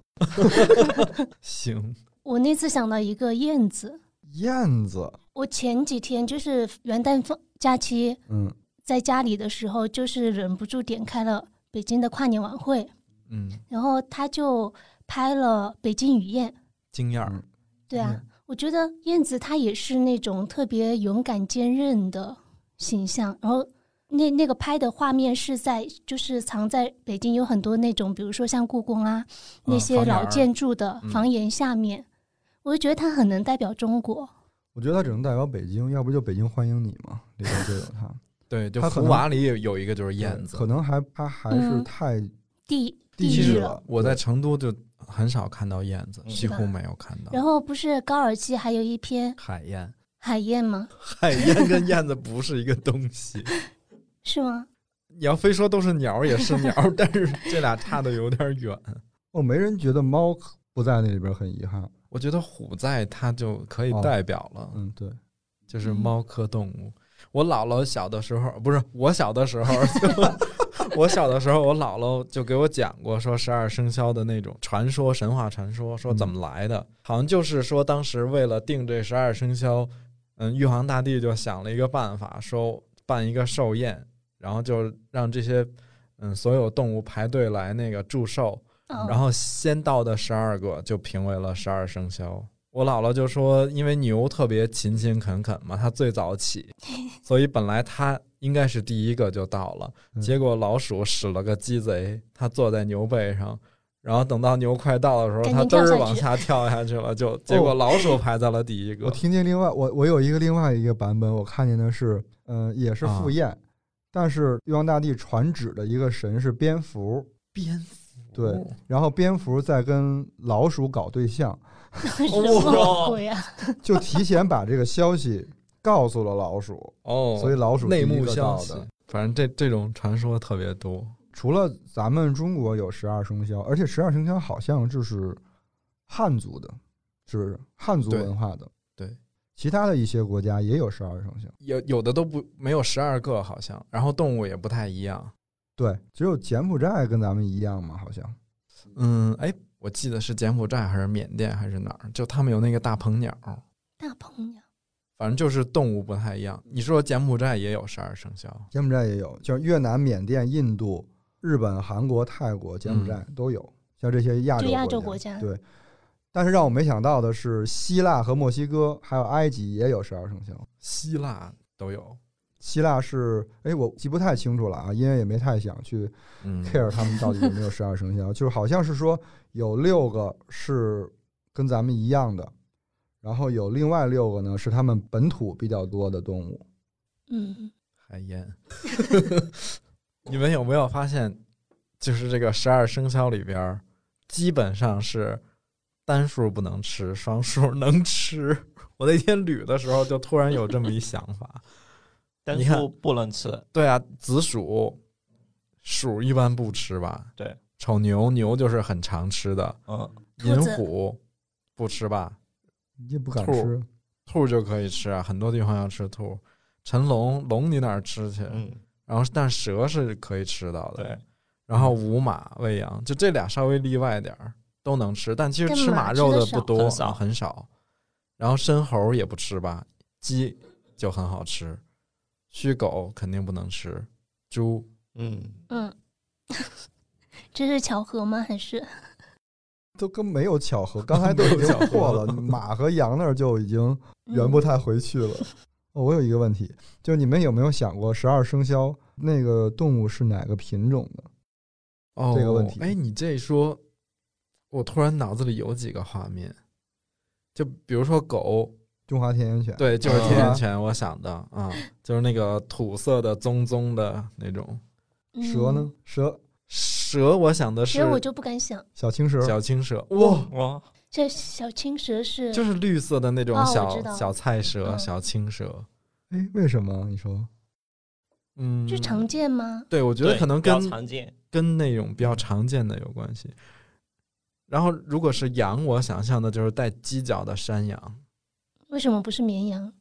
Speaker 5: 行，
Speaker 3: 我那次想到一个燕子，
Speaker 2: 燕子，
Speaker 3: 我前几天就是元旦放假期
Speaker 2: 嗯，
Speaker 3: 在家里的时候，就是忍不住点开了北京的跨年晚会，
Speaker 5: 嗯，
Speaker 3: 然后他就拍了《北京雨燕》。
Speaker 5: 惊艳儿，呃
Speaker 2: 嗯
Speaker 3: 对啊，我觉得燕子它也是那种特别勇敢坚韧的形象。然后那那个拍的画面是在就是藏在北京有很多那种，比如说像故宫啊那
Speaker 5: 嗯
Speaker 3: 些
Speaker 5: 房檐
Speaker 3: 老
Speaker 5: 儿
Speaker 3: 建筑的
Speaker 5: 嗯
Speaker 3: 房檐下面，我就觉得它很能代表中国。
Speaker 2: 我觉得它只能代表北京，要不就北京欢迎你嘛，里边就有 它。
Speaker 5: 对，就
Speaker 2: 它可
Speaker 5: 福
Speaker 2: 能
Speaker 5: 娃里有有一个就是燕
Speaker 2: 可
Speaker 5: 子。
Speaker 2: 能还它还是
Speaker 3: 嗯
Speaker 2: 太
Speaker 3: 地
Speaker 2: 地
Speaker 5: 其
Speaker 3: 地
Speaker 5: 实
Speaker 3: 域
Speaker 2: 域
Speaker 3: 了。
Speaker 2: 了。
Speaker 5: 我在成都就很少看到燕子，
Speaker 4: 嗯
Speaker 5: 几乎没有看到。
Speaker 3: 然后不是高尔基还有一篇
Speaker 5: 海 燕，
Speaker 3: 海燕吗？
Speaker 5: 海燕跟燕子不是一个东西。
Speaker 3: 是吗？
Speaker 5: 你要非说都是鸟儿也是鸟儿， 但是这俩差的有点远。
Speaker 2: 哦，没人觉得猫不在那里边很遗憾。
Speaker 5: 我觉得虎在它就可以
Speaker 2: 哦
Speaker 5: 代表了，
Speaker 2: 嗯，对，
Speaker 5: 就是猫科动物。我姥姥小的时候，不是我小的时候， 我小的时候，我姥姥就给我讲过，说十二生肖的那种传说、神话传说，说怎么来的，好像就是说当时为了定这十二生肖，嗯，玉皇大帝就想了一个办法，说办一个寿宴，然后就让这些嗯所有动物排队来那个祝寿，
Speaker 3: 嗯、
Speaker 5: 然后先到的十二个就评为了十二生肖。我姥姥就说，因为牛特别勤勤恳恳嘛，它最 早起，所以本来它应该是第一个就到了，
Speaker 2: 嗯
Speaker 5: 结果老鼠使了个鸡贼，它坐在牛背上。然后等到牛快到的时候，
Speaker 3: 赶
Speaker 5: 它
Speaker 3: 紧跳下去
Speaker 5: 嘚儿往下跳下去了， 就结果老鼠排在了第一个
Speaker 2: 哦我。听见另外我我有一个另外一个版本，我看见的是，呃，也是
Speaker 5: 啊
Speaker 2: 赴宴，但是玉皇大帝传旨的一个神是蝙蝠，
Speaker 5: 蝙蝠
Speaker 2: 对然后蝙蝠在跟老鼠搞对象，
Speaker 5: 哦
Speaker 3: 什么鬼啊？
Speaker 2: 就提前把这个消息告诉了老鼠，
Speaker 5: 哦，
Speaker 2: 所以老鼠
Speaker 5: 内
Speaker 2: 第一
Speaker 5: 幕
Speaker 2: 个
Speaker 5: 消
Speaker 2: 到
Speaker 5: 息
Speaker 2: 的。，
Speaker 5: 反正这这种传说特别多。
Speaker 2: 除了咱们中国有十二生肖，而且十二生肖好像就是汉族的，是汉族
Speaker 5: 对
Speaker 2: 文化的。
Speaker 5: 对
Speaker 2: 其他的一些国家也有十二生肖。
Speaker 5: 有有的都不没有十二个好像，然后动物也不太一样。
Speaker 2: 对，只有柬埔寨跟咱们一样嘛，好像。
Speaker 5: 嗯，哎，我记得是柬埔寨还是缅甸还是哪儿，就他们有那个大鹏鸟，
Speaker 3: 大鹏鸟，
Speaker 5: 反正就是动物不太一样。你说柬埔寨也有十二生肖，
Speaker 2: 柬埔寨也有，像越南、缅甸、印度、日本、韩国、泰国、柬埔寨都有，像这些亚洲
Speaker 3: 嗯就亚洲
Speaker 2: 国
Speaker 3: 国
Speaker 2: 家。
Speaker 3: 家，
Speaker 2: 对但是让我没想到的是，希腊和墨西哥还有埃及也有十二生肖。
Speaker 5: 希腊都有。
Speaker 2: 希腊是，哎，我记不太清楚了啊，因为也没太想去
Speaker 5: 嗯
Speaker 2: care 他们到底有没有十二生肖，就是好像是说有六个是跟咱们一样的，然后有另外六个呢是他们本土比较多的动物。
Speaker 3: 嗯，
Speaker 5: 海燕， 你们有没有发现，就是这个十二生肖里边儿，基本上是单数不能吃，双数能吃。 我那天捋的时候，就突然有这么一想法。
Speaker 4: 单
Speaker 5: 你看
Speaker 4: 数不能吃，
Speaker 5: 对啊，子鼠，鼠一般不吃吧？
Speaker 4: 对，
Speaker 5: 丑牛，牛就是很常吃的。
Speaker 4: 嗯，
Speaker 5: 银
Speaker 3: 兔子
Speaker 5: 虎不吃吧？
Speaker 2: 你也不敢
Speaker 5: 兔儿
Speaker 2: 吃，
Speaker 5: 兔就可以吃啊，很多地方要吃兔。辰龙，龙你哪儿吃去？
Speaker 4: 嗯，
Speaker 5: 然后，但蛇是可以吃到的。
Speaker 4: 对，
Speaker 5: 然后五马、喂羊，就这俩稍微例外点儿都能吃，但其实
Speaker 3: 但
Speaker 5: 吃
Speaker 3: 马
Speaker 5: 马
Speaker 3: 吃
Speaker 5: 肉
Speaker 3: 得
Speaker 5: 的
Speaker 3: 少
Speaker 5: 不多，
Speaker 4: 很少
Speaker 5: 很少。然后申猴也不吃吧，鸡就很好吃，虚狗肯定不能吃，猪
Speaker 4: 嗯，
Speaker 3: 嗯， 这是巧合吗？还是
Speaker 2: 都跟没有巧合， 刚才都已
Speaker 5: 没有
Speaker 2: 经
Speaker 5: 巧合
Speaker 2: 过 了，马和羊那儿就已经
Speaker 3: 嗯
Speaker 2: 圆不？太回去了。哦我有一个问题，就是你们有没有想过十二生肖那个动物是哪个品种的？
Speaker 5: 哦
Speaker 2: 这个问题
Speaker 5: 哎，你这一说，我突然脑子里有几个画面，就比如说狗，
Speaker 2: 中华田园犬。，
Speaker 5: 对，就是
Speaker 4: 啊
Speaker 5: 天然犬，我想的啊，就是那个土色的棕棕的那种。
Speaker 3: 嗯
Speaker 2: 蛇呢？？蛇，
Speaker 5: 蛇，我想的是
Speaker 3: 蛇我就不敢想，
Speaker 2: 小青蛇。
Speaker 5: 小青蛇，哇，
Speaker 4: 哇，
Speaker 3: 这小青蛇是
Speaker 5: 就是绿色的那种
Speaker 3: 哦我
Speaker 5: 小、
Speaker 3: 知道
Speaker 5: 小菜蛇、
Speaker 3: 嗯
Speaker 5: 小青蛇，
Speaker 2: 哎，为什么？你说
Speaker 5: 嗯，
Speaker 3: 这常见吗？
Speaker 5: 对，我觉得
Speaker 4: 对
Speaker 5: 可能
Speaker 4: 比较
Speaker 5: 跟
Speaker 4: 常见，
Speaker 5: 跟那种比较常见的有关系。然后，如果是羊，我想象的就是带犄角的山羊，
Speaker 3: 为什么不是绵羊？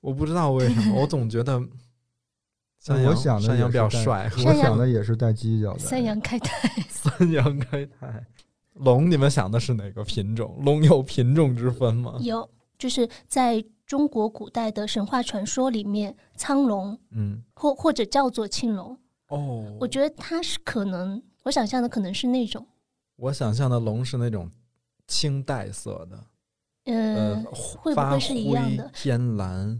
Speaker 5: 我不知道为什么，我总觉得山
Speaker 2: 我
Speaker 5: 羊
Speaker 2: 想的
Speaker 5: 山羊
Speaker 2: 也
Speaker 5: 比
Speaker 2: 是
Speaker 5: 较
Speaker 2: 带
Speaker 5: 帅，
Speaker 2: 我
Speaker 3: 山羊
Speaker 2: 想的也是带犄角的。
Speaker 3: 三羊 开泰，
Speaker 5: 山 羊开泰。龙，你们想的是哪个品种？龙有品种之分吗？
Speaker 3: 有，就是在中国古代的神话传说里面，苍龙
Speaker 5: 嗯，
Speaker 3: 或或者叫做青
Speaker 2: 嗯
Speaker 3: 龙，
Speaker 5: 哦，
Speaker 3: 我觉得它是可能，我想象的可能是那种，
Speaker 5: 我想象的龙是那种青黛色的，
Speaker 3: 嗯、
Speaker 5: 呃，
Speaker 3: 会不
Speaker 5: 发
Speaker 3: 会是一样
Speaker 5: 灰
Speaker 3: 的
Speaker 5: 天蓝。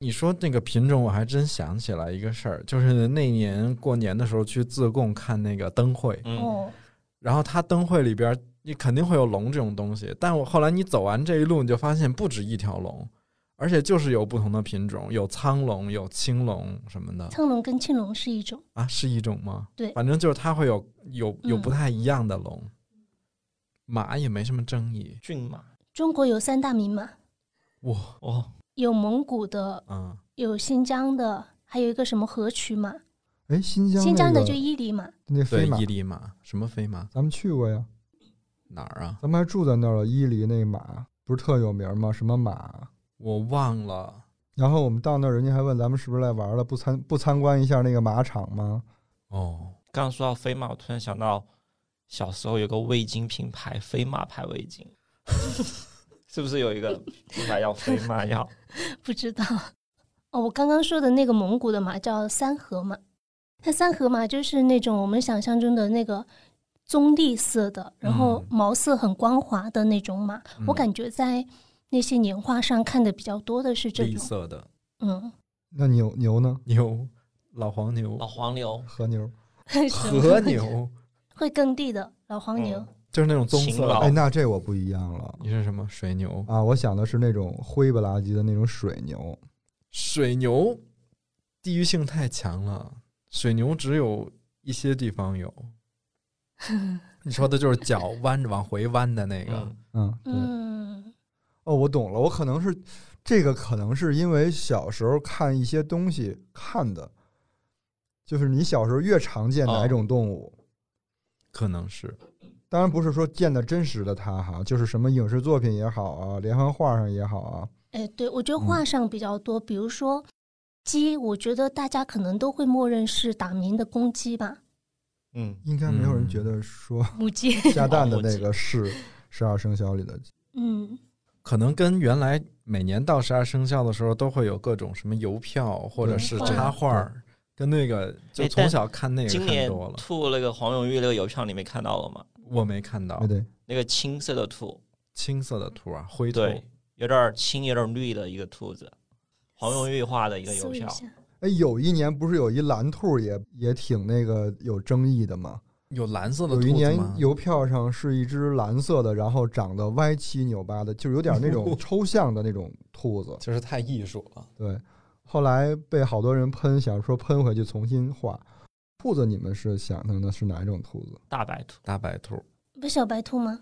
Speaker 5: 你说那个品种，我还真想起来一个事儿，就是那年过年的时候去自贡看那个灯会，
Speaker 4: 嗯，
Speaker 3: 哦，
Speaker 5: 然后它灯会里边儿你肯定会有龙这种东西，但我后来你走完这一路，你就发现不止一条龙，而且就是有不同的品种，有苍龙，有青龙什么的
Speaker 3: 苍龙跟青龙是一种，
Speaker 5: 啊，是一种吗？
Speaker 3: 对
Speaker 5: 反正就是它会有有有
Speaker 3: 嗯
Speaker 5: 不太一样的龙。马也没什么争议，
Speaker 4: 骏马，
Speaker 3: 中国有三大名马，
Speaker 5: 哇，
Speaker 4: 哇，
Speaker 3: 有蒙古的，
Speaker 5: 嗯，
Speaker 3: 有新疆的，还有一个什么河曲马，
Speaker 2: 哎，新疆
Speaker 3: 新疆
Speaker 2: 那
Speaker 3: 的
Speaker 2: 个
Speaker 3: 就伊犁马，
Speaker 2: 那
Speaker 5: 对
Speaker 2: 飞，马
Speaker 5: 伊，犁马，什么飞马？
Speaker 2: 咱们去过呀，
Speaker 5: 哪儿啊？
Speaker 2: 咱们还住在那儿了。伊犁那马不是特有名吗？什么马？啊
Speaker 5: 我忘了。
Speaker 2: 然后我们到那儿，人家还问咱们是不是来玩儿了，不参不参观一下那个马场吗？
Speaker 5: 哦，
Speaker 4: 刚刚说到飞马，我突然想到小时候有个味精品牌，飞马牌味精， 是不是有一个品牌叫飞马药？
Speaker 3: 不知道。哦，我刚刚说的那个蒙古的马叫三河马，那三河马就是那种我们想象中的那个棕栗色的，然后
Speaker 5: 嗯
Speaker 3: 毛色很光滑的那种马。我
Speaker 5: 嗯
Speaker 3: 感觉在那些年画上看的比较多的是这
Speaker 5: 绿
Speaker 3: 种，
Speaker 5: 色的
Speaker 3: 嗯，
Speaker 2: 那牛牛呢？
Speaker 5: 牛，老黄牛
Speaker 4: 老， 黄牛，
Speaker 2: 和牛？
Speaker 3: 什么
Speaker 5: 和牛，
Speaker 3: 会耕地的老
Speaker 5: 哦
Speaker 3: 黄牛，
Speaker 4: 嗯
Speaker 5: 就是那种棕
Speaker 4: 勤
Speaker 5: 色
Speaker 4: 劳
Speaker 5: 的。
Speaker 2: 哎，那这我不一样了
Speaker 5: 你是什么水牛？
Speaker 2: 啊！我想的是那种灰不拉几的那种水牛，
Speaker 5: 水牛地域性太强了，水牛只有一些地方 有。你说的就是脚弯着往回弯的那个，
Speaker 4: 嗯，
Speaker 2: 嗯，对。
Speaker 3: 嗯，
Speaker 2: 哦，我懂了，我可能是这个，可能是因为小时候看一些东西看的，就是你小时候越常见哪
Speaker 4: 哦
Speaker 2: 种动物，
Speaker 5: 可能是
Speaker 2: 当然不是说见的真实的它哈，就是什么影视作品也好啊，连环画上也好啊，
Speaker 3: 哎，对，我觉
Speaker 5: 嗯
Speaker 3: 得画上比较多，比如说鸡，我觉得大家可能都会默认是打鸣的公鸡吧，
Speaker 4: 嗯，
Speaker 2: 应该没有人觉得 说
Speaker 3: 母 鸡。
Speaker 2: 下蛋的那个是十二生肖里的
Speaker 3: 嗯，
Speaker 5: 可能跟原来每年到十二生肖的时候都会有各种什么邮票或者是插画儿，跟那个就
Speaker 4: 哎
Speaker 5: 从小看那个
Speaker 4: 今
Speaker 5: 看
Speaker 4: 年
Speaker 5: 多了，
Speaker 4: 兔那个黄永玉那个邮票你没看到了吗？
Speaker 5: 我没看到
Speaker 4: 啊
Speaker 2: 对对，
Speaker 4: 那个青色的兔，
Speaker 5: 青色的兔啊，灰兔。
Speaker 4: 对，有点儿青有点儿绿的一个兔子，黄永玉画的一个邮
Speaker 3: 搜一
Speaker 4: 票，
Speaker 3: 下，
Speaker 2: 哎，有一年不是有一蓝兔也也挺那个有争议的吗？
Speaker 5: 有蓝色的
Speaker 2: 有
Speaker 5: 兔
Speaker 2: 一
Speaker 5: 子
Speaker 2: 年
Speaker 5: 吗？
Speaker 2: 邮票上是一只蓝色的，然后长得歪七扭八的，就是有点那 种抽象的那种兔子。
Speaker 5: 就是太艺术了。
Speaker 2: 对，后来被好多人喷，想说喷回去重新画。兔子，你们是想成的是哪一种兔子？
Speaker 4: 大白兔。
Speaker 5: 大白兔
Speaker 3: 不是小白兔吗？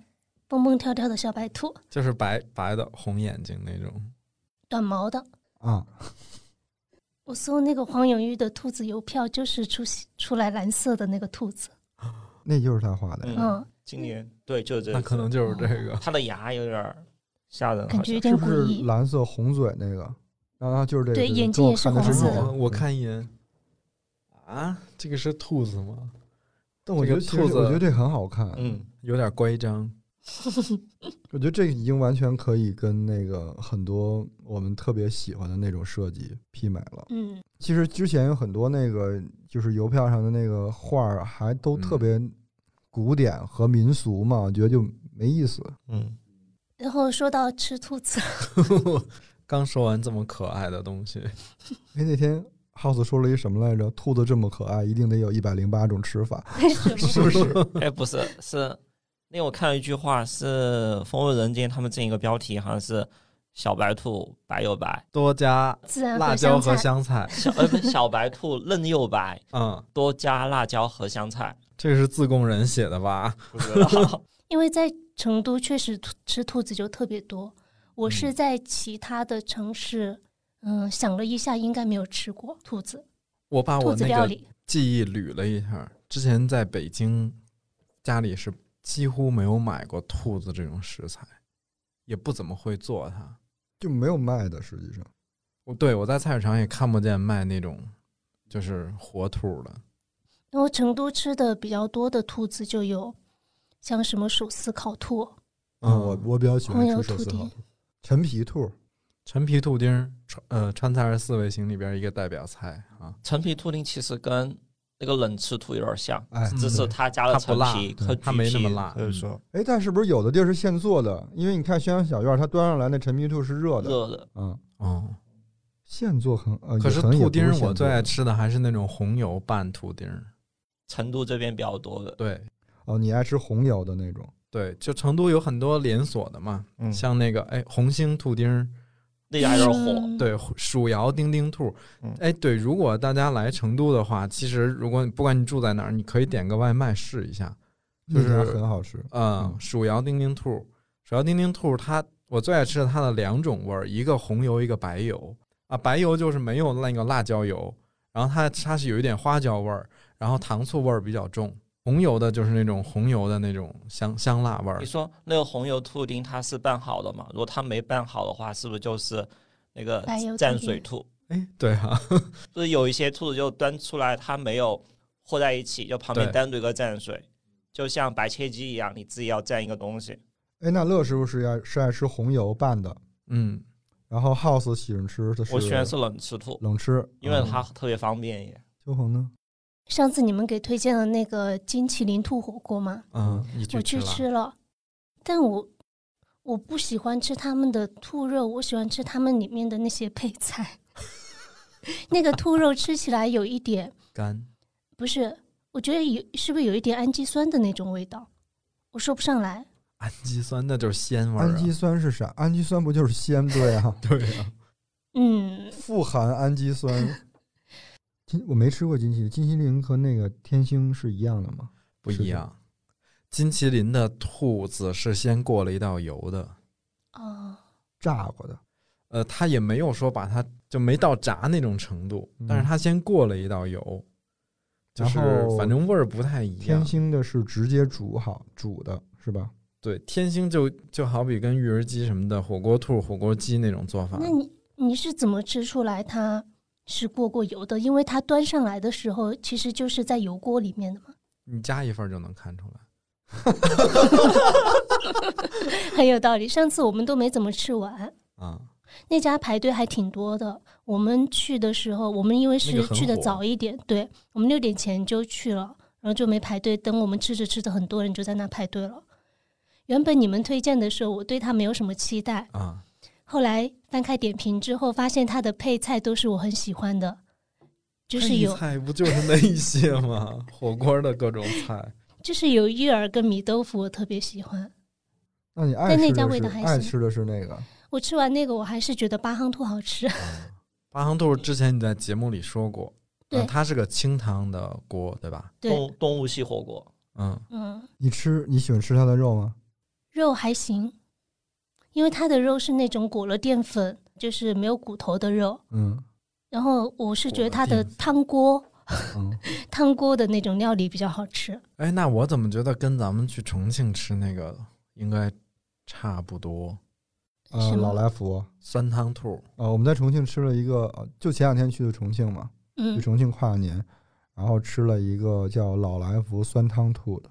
Speaker 3: 蹦蹦跳跳的小白兔，
Speaker 5: 就是白白的红眼睛那种，
Speaker 3: 短毛的。
Speaker 2: 啊，
Speaker 3: 我搜那个黄永玉的兔子邮票，就是出现出来蓝色的那个兔子。
Speaker 2: 那就是他画的呀。
Speaker 4: 嗯，
Speaker 3: 嗯，
Speaker 4: 今年对，就这一
Speaker 5: 那
Speaker 4: 次，
Speaker 5: 可能就是这个。
Speaker 4: 它的牙有点儿吓人，
Speaker 3: 感
Speaker 4: 好
Speaker 3: 觉
Speaker 4: 像
Speaker 2: 是
Speaker 3: 有点
Speaker 2: 不
Speaker 3: 诡
Speaker 2: 是
Speaker 3: 异。
Speaker 2: 蓝色红嘴那个？然后就是这个，
Speaker 3: 对眼
Speaker 2: 跟
Speaker 3: 睛
Speaker 2: 我
Speaker 3: 也是啊
Speaker 2: 看的
Speaker 3: 红
Speaker 2: 是
Speaker 3: 色
Speaker 2: 一
Speaker 3: 的
Speaker 5: 我
Speaker 2: 样
Speaker 5: 我看一眼啊，这个是兔子吗？
Speaker 2: 但我觉得
Speaker 5: 这
Speaker 2: 其
Speaker 5: 个
Speaker 2: 实
Speaker 5: 兔子
Speaker 2: 我觉得这很好看。
Speaker 4: 嗯，
Speaker 5: 有点乖张。
Speaker 2: 我觉得这已经完全可以跟那个很多我们特别喜欢的那种设计媲美了。
Speaker 3: 嗯，
Speaker 2: 其实之前有很多那个就是邮票上的那个画儿，啊还都特别古典和民俗嘛，我觉得就没意思。
Speaker 4: 嗯，
Speaker 3: 然后说到吃兔子，
Speaker 5: 刚说完这么可爱的东西，
Speaker 2: 哎，那天 House 说了一什么来着？兔子这么可爱，一定得有一百零八种吃法， 是不是？
Speaker 4: 哎，不是，是那我看了一句话，是《风味人间》他们这一个标题好像是“小白兔白又白
Speaker 5: 多加
Speaker 3: 孜然
Speaker 5: 辣椒
Speaker 3: 香菜，
Speaker 5: 和香菜”，。
Speaker 4: 小呃不，小白兔嫩又白，
Speaker 5: 嗯，
Speaker 4: 多加辣椒和香菜。
Speaker 5: 这是自贡人写的吧？
Speaker 4: 不知道，
Speaker 3: 因为在成都确实兔吃兔子就特别多。我是
Speaker 5: 嗯
Speaker 3: 在其他的城市，嗯，想了一下，应该没有吃过兔子。
Speaker 5: 我把
Speaker 3: 兔
Speaker 5: 我
Speaker 3: 子
Speaker 5: 那
Speaker 3: 料
Speaker 5: 个
Speaker 3: 理，
Speaker 5: 记忆捋了一下，之前在北京家里是几乎没有买过兔子这种食材，也不怎么会做它。
Speaker 2: 就没有卖的，实际上
Speaker 5: 我对我在菜市场也看不见卖那种就是活兔的，
Speaker 3: 然后成都吃的比较多的兔子就有，像什么手撕烤兔、
Speaker 5: 嗯
Speaker 2: 我我比较喜欢
Speaker 3: 黄油
Speaker 2: 吃手撕
Speaker 3: 兔
Speaker 2: 烤
Speaker 3: 丁
Speaker 2: 兔、陈皮兔，
Speaker 5: 陈皮兔丁儿，川呃，川菜二十四味型里边一个代表菜啊。
Speaker 4: 陈皮兔丁其实跟那个冷吃兔有点像，
Speaker 2: 哎，
Speaker 4: 只嗯是
Speaker 2: 对
Speaker 4: 它加了
Speaker 5: 嗯它不
Speaker 4: 啊陈
Speaker 5: 辣
Speaker 4: 皮
Speaker 2: 对
Speaker 4: 和
Speaker 5: 它
Speaker 4: 橘
Speaker 5: 没那么
Speaker 4: 皮嗯
Speaker 5: 辣
Speaker 4: 所以说
Speaker 2: 哎，但是不是有的地儿是现做的？因为你看宣阳小院，它端上来那陈皮兔是热的，
Speaker 4: 热的。
Speaker 2: 嗯，
Speaker 5: 哦，
Speaker 2: 现做很呃，
Speaker 5: 可是
Speaker 2: 也
Speaker 5: 兔
Speaker 2: 不
Speaker 5: 丁儿
Speaker 2: 现
Speaker 5: 我
Speaker 2: 做
Speaker 5: 最爱
Speaker 2: 的
Speaker 5: 吃的还是那种红油拌兔丁儿。
Speaker 4: 成都这边比较多的，
Speaker 5: 对
Speaker 2: 哦，你爱吃红油的那种，
Speaker 5: 对，就成都有很多连锁的嘛，
Speaker 4: 嗯
Speaker 5: 像那个哎红星兔丁儿，
Speaker 4: 那家有点火。
Speaker 3: 嗯，
Speaker 5: 对蜀窑丁丁兔
Speaker 4: 嗯，
Speaker 5: 哎对，如果大家来成都的话，其实如果你不管你住在哪儿，你可以点个外卖试一下。就
Speaker 2: 那家
Speaker 5: 是
Speaker 2: 很好吃。
Speaker 5: 嗯
Speaker 2: 嗯，
Speaker 5: 蜀窑丁丁兔，蜀窑丁丁兔它，我最爱吃的它的两种味儿，一个红油，一个白油啊。白油就是没有那个辣椒油，然后它它是有一点花椒味儿，然后糖醋味儿比较重。红油的就是那种红油的那种香香辣味儿
Speaker 4: 你，说那个红油兔丁它是拌好的嘛？如果它没拌好的话，是不是就是那个
Speaker 3: 白油兔丁
Speaker 4: 蘸水兔？
Speaker 5: 哎，对啊，
Speaker 4: 不是有一些兔子就端出来，它没有和在一起，就旁边
Speaker 5: 对
Speaker 4: 单独一个蘸水，就像白切鸡一样，你自己要蘸一个东西。
Speaker 2: 哎，那乐师傅是爱是爱吃红油拌的，
Speaker 5: 嗯，
Speaker 2: 然后 House 喜欢吃的是
Speaker 4: 我喜欢吃冷吃兔，
Speaker 2: 冷吃，
Speaker 4: 因为
Speaker 2: 嗯
Speaker 4: 它特别方便也。
Speaker 2: 秋红呢？
Speaker 3: 上次你们给推荐的那个金麒麟兔火锅吗？
Speaker 5: 嗯，你
Speaker 3: 我
Speaker 5: 去
Speaker 3: 去
Speaker 5: 了，
Speaker 3: 吃了，但我我不喜欢吃他们的兔肉，我喜欢吃他们里面的那些配菜。 那个兔肉吃起来有一点，
Speaker 5: 干
Speaker 3: 不是，我觉得有是不是有一点氨基酸的那种味道，我说不上来。
Speaker 5: 氨基酸那就是鲜味儿、啊，，
Speaker 2: 氨基酸是啥？氨基酸不就是鲜对啊
Speaker 5: 对啊，
Speaker 3: 嗯，
Speaker 2: 富含氨基酸。金我没吃过金麒麟，金麒麟和那个天星是一样的吗？
Speaker 5: 不
Speaker 2: 是
Speaker 5: 一
Speaker 2: 的
Speaker 5: 样。金麒麟的兔子是先过了一道油的，
Speaker 3: 哦，
Speaker 2: 炸过的，
Speaker 5: 呃，它也没有说把它就没到炸那种程度，
Speaker 2: 嗯
Speaker 5: 但是它先过了一道油，就是
Speaker 2: 然后
Speaker 5: 反正味儿不太一
Speaker 2: 天
Speaker 5: 样。
Speaker 2: 星的是直接煮好煮的，是吧？
Speaker 5: 对，天星就就好比跟育儿鸡什么的、火锅兔、火锅鸡那种做法。
Speaker 3: 那你你是怎么吃出来它是过过油的？因为它端上来的时候，其实就是在油锅里面的嘛，
Speaker 5: 你加一份就能看出来。
Speaker 3: 很有道理。上次我们都没怎么吃完，
Speaker 5: 啊，
Speaker 3: 那家排队还挺多的。我们去的时候，我们因为
Speaker 5: 那
Speaker 3: 是
Speaker 5: 个很
Speaker 3: 去的
Speaker 5: 火
Speaker 3: 早一点，对我们六点前就去了，然后就没排队。等我们吃着吃着，很多人就在那排队了。原本你们推荐的时候，我对它没有什么期待，
Speaker 5: 啊，
Speaker 3: 后来翻开点评之后，发现它的配菜都是我很喜欢的，就是有
Speaker 5: 配菜不就是那一些吗？ 火锅的各种 菜，
Speaker 3: 就是有芋儿跟米豆腐，我特别喜欢。
Speaker 2: 那你爱
Speaker 3: 但那
Speaker 2: 吃
Speaker 3: 家
Speaker 2: 的
Speaker 3: 味
Speaker 2: 是
Speaker 3: 道还
Speaker 2: 爱
Speaker 3: 行
Speaker 2: 吃的是那个，
Speaker 3: 我吃完那个，我还是觉得八夯兔好吃。
Speaker 5: 八行兔之前你在节目里说过，
Speaker 3: 对
Speaker 5: 呃它是个清汤的锅，对吧？
Speaker 3: 对，
Speaker 4: 动动物系火锅，
Speaker 5: 嗯，
Speaker 3: 嗯，
Speaker 2: 你吃你喜欢吃它的肉吗？
Speaker 3: 肉还行，因为它的肉是那种裹了淀粉，就是没有骨头的肉。
Speaker 2: 嗯
Speaker 3: 然后我是觉得它
Speaker 5: 裹了
Speaker 3: 的
Speaker 5: 淀粉
Speaker 3: 汤锅、
Speaker 2: 嗯，
Speaker 3: 汤锅的那种料理比较好吃。
Speaker 5: 哎，那我怎么觉得跟咱们去重庆吃那个应该差不多？
Speaker 2: 呃，
Speaker 3: 是吗
Speaker 2: 老来福。
Speaker 5: 酸汤兔，
Speaker 2: 呃，我们在重庆吃了一个，呃就前两天去的重庆嘛，去
Speaker 3: 嗯，
Speaker 2: 重庆跨年，然后吃了一个叫老来福酸汤兔的，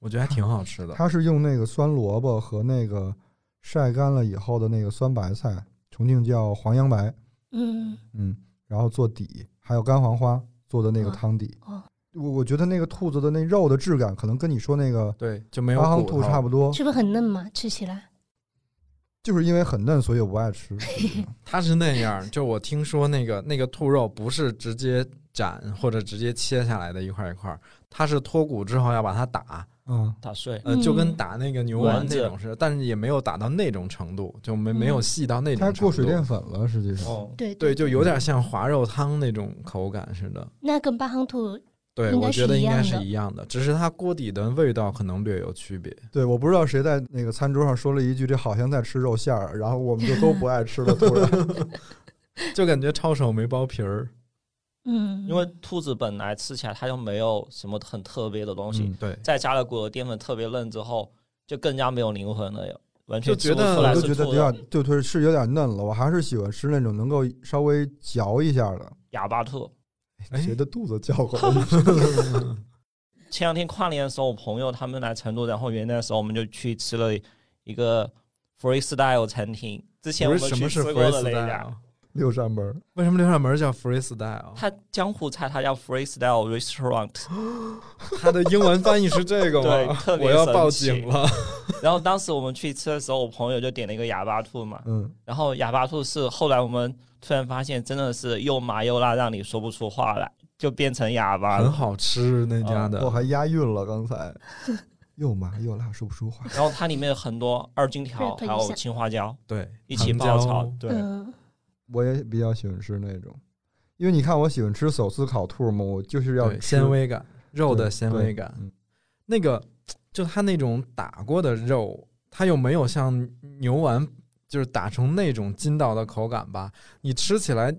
Speaker 5: 我觉得还挺好吃的。
Speaker 2: 它是用那个酸萝卜和那个晒干了以后的那个酸白菜，重庆叫黄洋白，
Speaker 3: 嗯，
Speaker 2: 嗯，然后做底，还有干黄花做的那个
Speaker 3: 啊
Speaker 2: 汤底。
Speaker 3: 哦
Speaker 2: 我我觉得那个兔子的那肉的质感，可能跟你说那个
Speaker 5: 对，就没有
Speaker 2: 八行
Speaker 5: 骨
Speaker 2: 兔
Speaker 5: 头，
Speaker 2: 差不多，
Speaker 3: 是不是很嫩嘛？吃起来，
Speaker 2: 就是因为很嫩，所以我不爱吃。嗯
Speaker 5: 它是那样儿。就我听说那个那个兔肉不是直接斩或者直接切下来的一块儿一块儿，它是脱骨之后要把它打，
Speaker 2: 嗯，
Speaker 4: 打碎。
Speaker 5: 呃，
Speaker 3: 嗯
Speaker 5: 就跟打那个牛丸
Speaker 4: 丸子
Speaker 5: 那种似的，但是也没有打到那种程度，就没
Speaker 3: 嗯
Speaker 5: 没有细到那种
Speaker 2: 它
Speaker 5: 程度。
Speaker 2: 过水嗯淀粉了，实际上。
Speaker 4: 哦，
Speaker 3: 对
Speaker 5: 对，就有点像滑肉汤那种口感似的。
Speaker 3: 那跟八夯兔
Speaker 5: 对，
Speaker 3: 应该
Speaker 5: 我觉得
Speaker 3: 是一
Speaker 5: 应该
Speaker 3: 样
Speaker 5: 是
Speaker 3: 的
Speaker 5: 一样的，只是它锅底的味道可能略有区别。
Speaker 2: 对，我不知道谁在那个餐桌上说了一句“这好像在吃肉馅儿”，然后我们就都不爱吃 了。突然，
Speaker 5: 就感觉抄手没剥皮儿。
Speaker 3: 嗯，
Speaker 4: 因为兔子本来吃起来它就没有什么很特别的东西，
Speaker 2: 嗯
Speaker 5: 对，
Speaker 4: 再加了裹了淀粉特别嫩之后，就更加没有灵魂了，又完全
Speaker 5: 就觉
Speaker 4: 吃不
Speaker 5: 得
Speaker 4: 出
Speaker 2: 我
Speaker 4: 来
Speaker 2: 就是觉得有
Speaker 4: 兔肉
Speaker 2: 点，就是是有点嫩了。我还是喜欢吃那种能够稍微嚼一下的。
Speaker 4: 哑巴兔。
Speaker 5: 哎
Speaker 2: 谁的肚子叫唤了？
Speaker 4: 前两天跨年的时候，我朋友他们来成都，然后元旦的时候我们就去吃了一个 freestyle 餐厅。之前
Speaker 5: 不
Speaker 4: 我
Speaker 5: 是
Speaker 4: 们
Speaker 5: 什
Speaker 4: 去
Speaker 5: 么是
Speaker 4: 吃过的那一
Speaker 5: freestyle？啊
Speaker 4: 家，
Speaker 2: 六扇门儿，
Speaker 5: 为什么刘扇门叫 freestyle？
Speaker 4: 它江湖菜它叫 freestyle restaurant，
Speaker 5: 它的英文翻译是这个
Speaker 4: 对
Speaker 5: 吗？
Speaker 4: 特别
Speaker 5: 我要
Speaker 4: 神
Speaker 5: 报
Speaker 4: 奇
Speaker 5: 警了。
Speaker 4: 然后当时我们去吃的时候，我朋友就点了一个哑巴兔嘛，
Speaker 2: 嗯，
Speaker 4: 然后哑巴兔是后来我们突然发现真的是又麻又辣，让你说不出话来，就变成哑巴
Speaker 5: 很
Speaker 4: 了。
Speaker 5: 好吃那家
Speaker 4: 嗯
Speaker 5: 的，
Speaker 2: 我还押韵了，刚才 又麻又辣，说不出话。
Speaker 4: 然后它里面有很多二荆条
Speaker 3: rap
Speaker 4: 还
Speaker 3: 一
Speaker 4: 有
Speaker 3: 下
Speaker 4: 青花椒
Speaker 5: 对，
Speaker 4: 一起
Speaker 5: 糖
Speaker 4: 爆
Speaker 5: 胶
Speaker 4: 炒，对，
Speaker 3: 嗯，
Speaker 2: 我也比较喜欢吃那种，因为你看我喜欢吃手撕烤兔嘛，我就是要
Speaker 5: 对
Speaker 2: 吃
Speaker 5: 纤维感，肉
Speaker 2: 对
Speaker 5: 的纤
Speaker 2: 对
Speaker 5: 维感。
Speaker 2: 嗯
Speaker 5: 那个就它那种打过的肉，它又没有像牛丸就是打成那种筋道的口感吧？你吃起来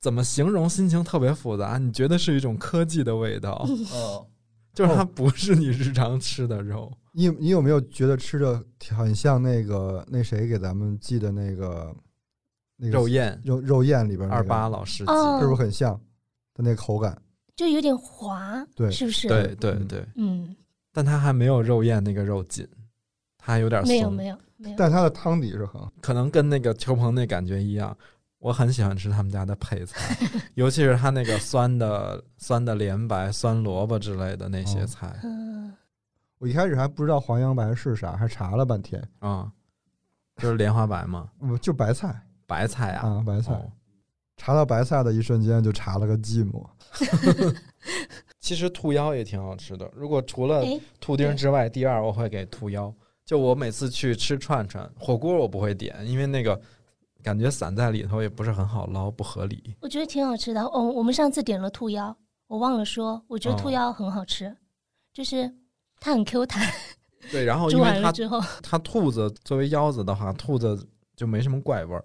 Speaker 5: 怎么形容？心情特别复杂，你觉得是一种科技的味道，
Speaker 4: 嗯，
Speaker 5: 就是它不是你日常吃的肉。
Speaker 2: 你你有没有觉得吃着很像那个那谁给咱们寄的那个那个
Speaker 5: 肉燕
Speaker 2: 肉肉燕里边那个
Speaker 5: 二八老师级，
Speaker 3: 哦
Speaker 2: 是不是很像的那个口感？
Speaker 3: 就有点滑，
Speaker 2: 对
Speaker 3: 是不是？
Speaker 5: 对对
Speaker 2: 嗯
Speaker 5: 对，
Speaker 3: 嗯，
Speaker 5: 但它还没有肉燕那个肉紧，它还有点
Speaker 3: 没有
Speaker 5: 松
Speaker 3: 没，有没有，
Speaker 2: 但它的汤底是很好
Speaker 5: 可能跟那个秋鹏那感觉一样，我很喜欢吃他们家的配菜，尤其是他那个酸的、酸的莲白、酸萝卜之类的那些菜
Speaker 3: 嗯，
Speaker 2: 我一开始还不知道黄杨白是啥，还查了半天，
Speaker 5: 啊、就是莲花白嘛，
Speaker 2: 嗯就白菜
Speaker 5: 白菜啊，
Speaker 2: 啊，白菜。
Speaker 5: 哦
Speaker 2: 查到白菜的一瞬间，就查了个寂寞。
Speaker 5: 其实兔腰也挺好吃的。如果除了
Speaker 3: 哎，
Speaker 5: 兔丁之外，第二我会给兔腰。就我每次去吃串串火锅，我不会点，因为那个感觉散在里头也不是很好捞，不合理。
Speaker 3: 我觉得挺好吃的。哦，我们上次点了兔腰，我忘了说，我觉得
Speaker 5: 哦
Speaker 3: 兔腰很好吃，就是它很 Q 弹，
Speaker 5: 对，然后哦因
Speaker 3: 煮
Speaker 5: 为
Speaker 3: 完
Speaker 5: 它
Speaker 3: 了之后，
Speaker 5: 它兔子作为腰子的话，兔子就没什么怪味儿，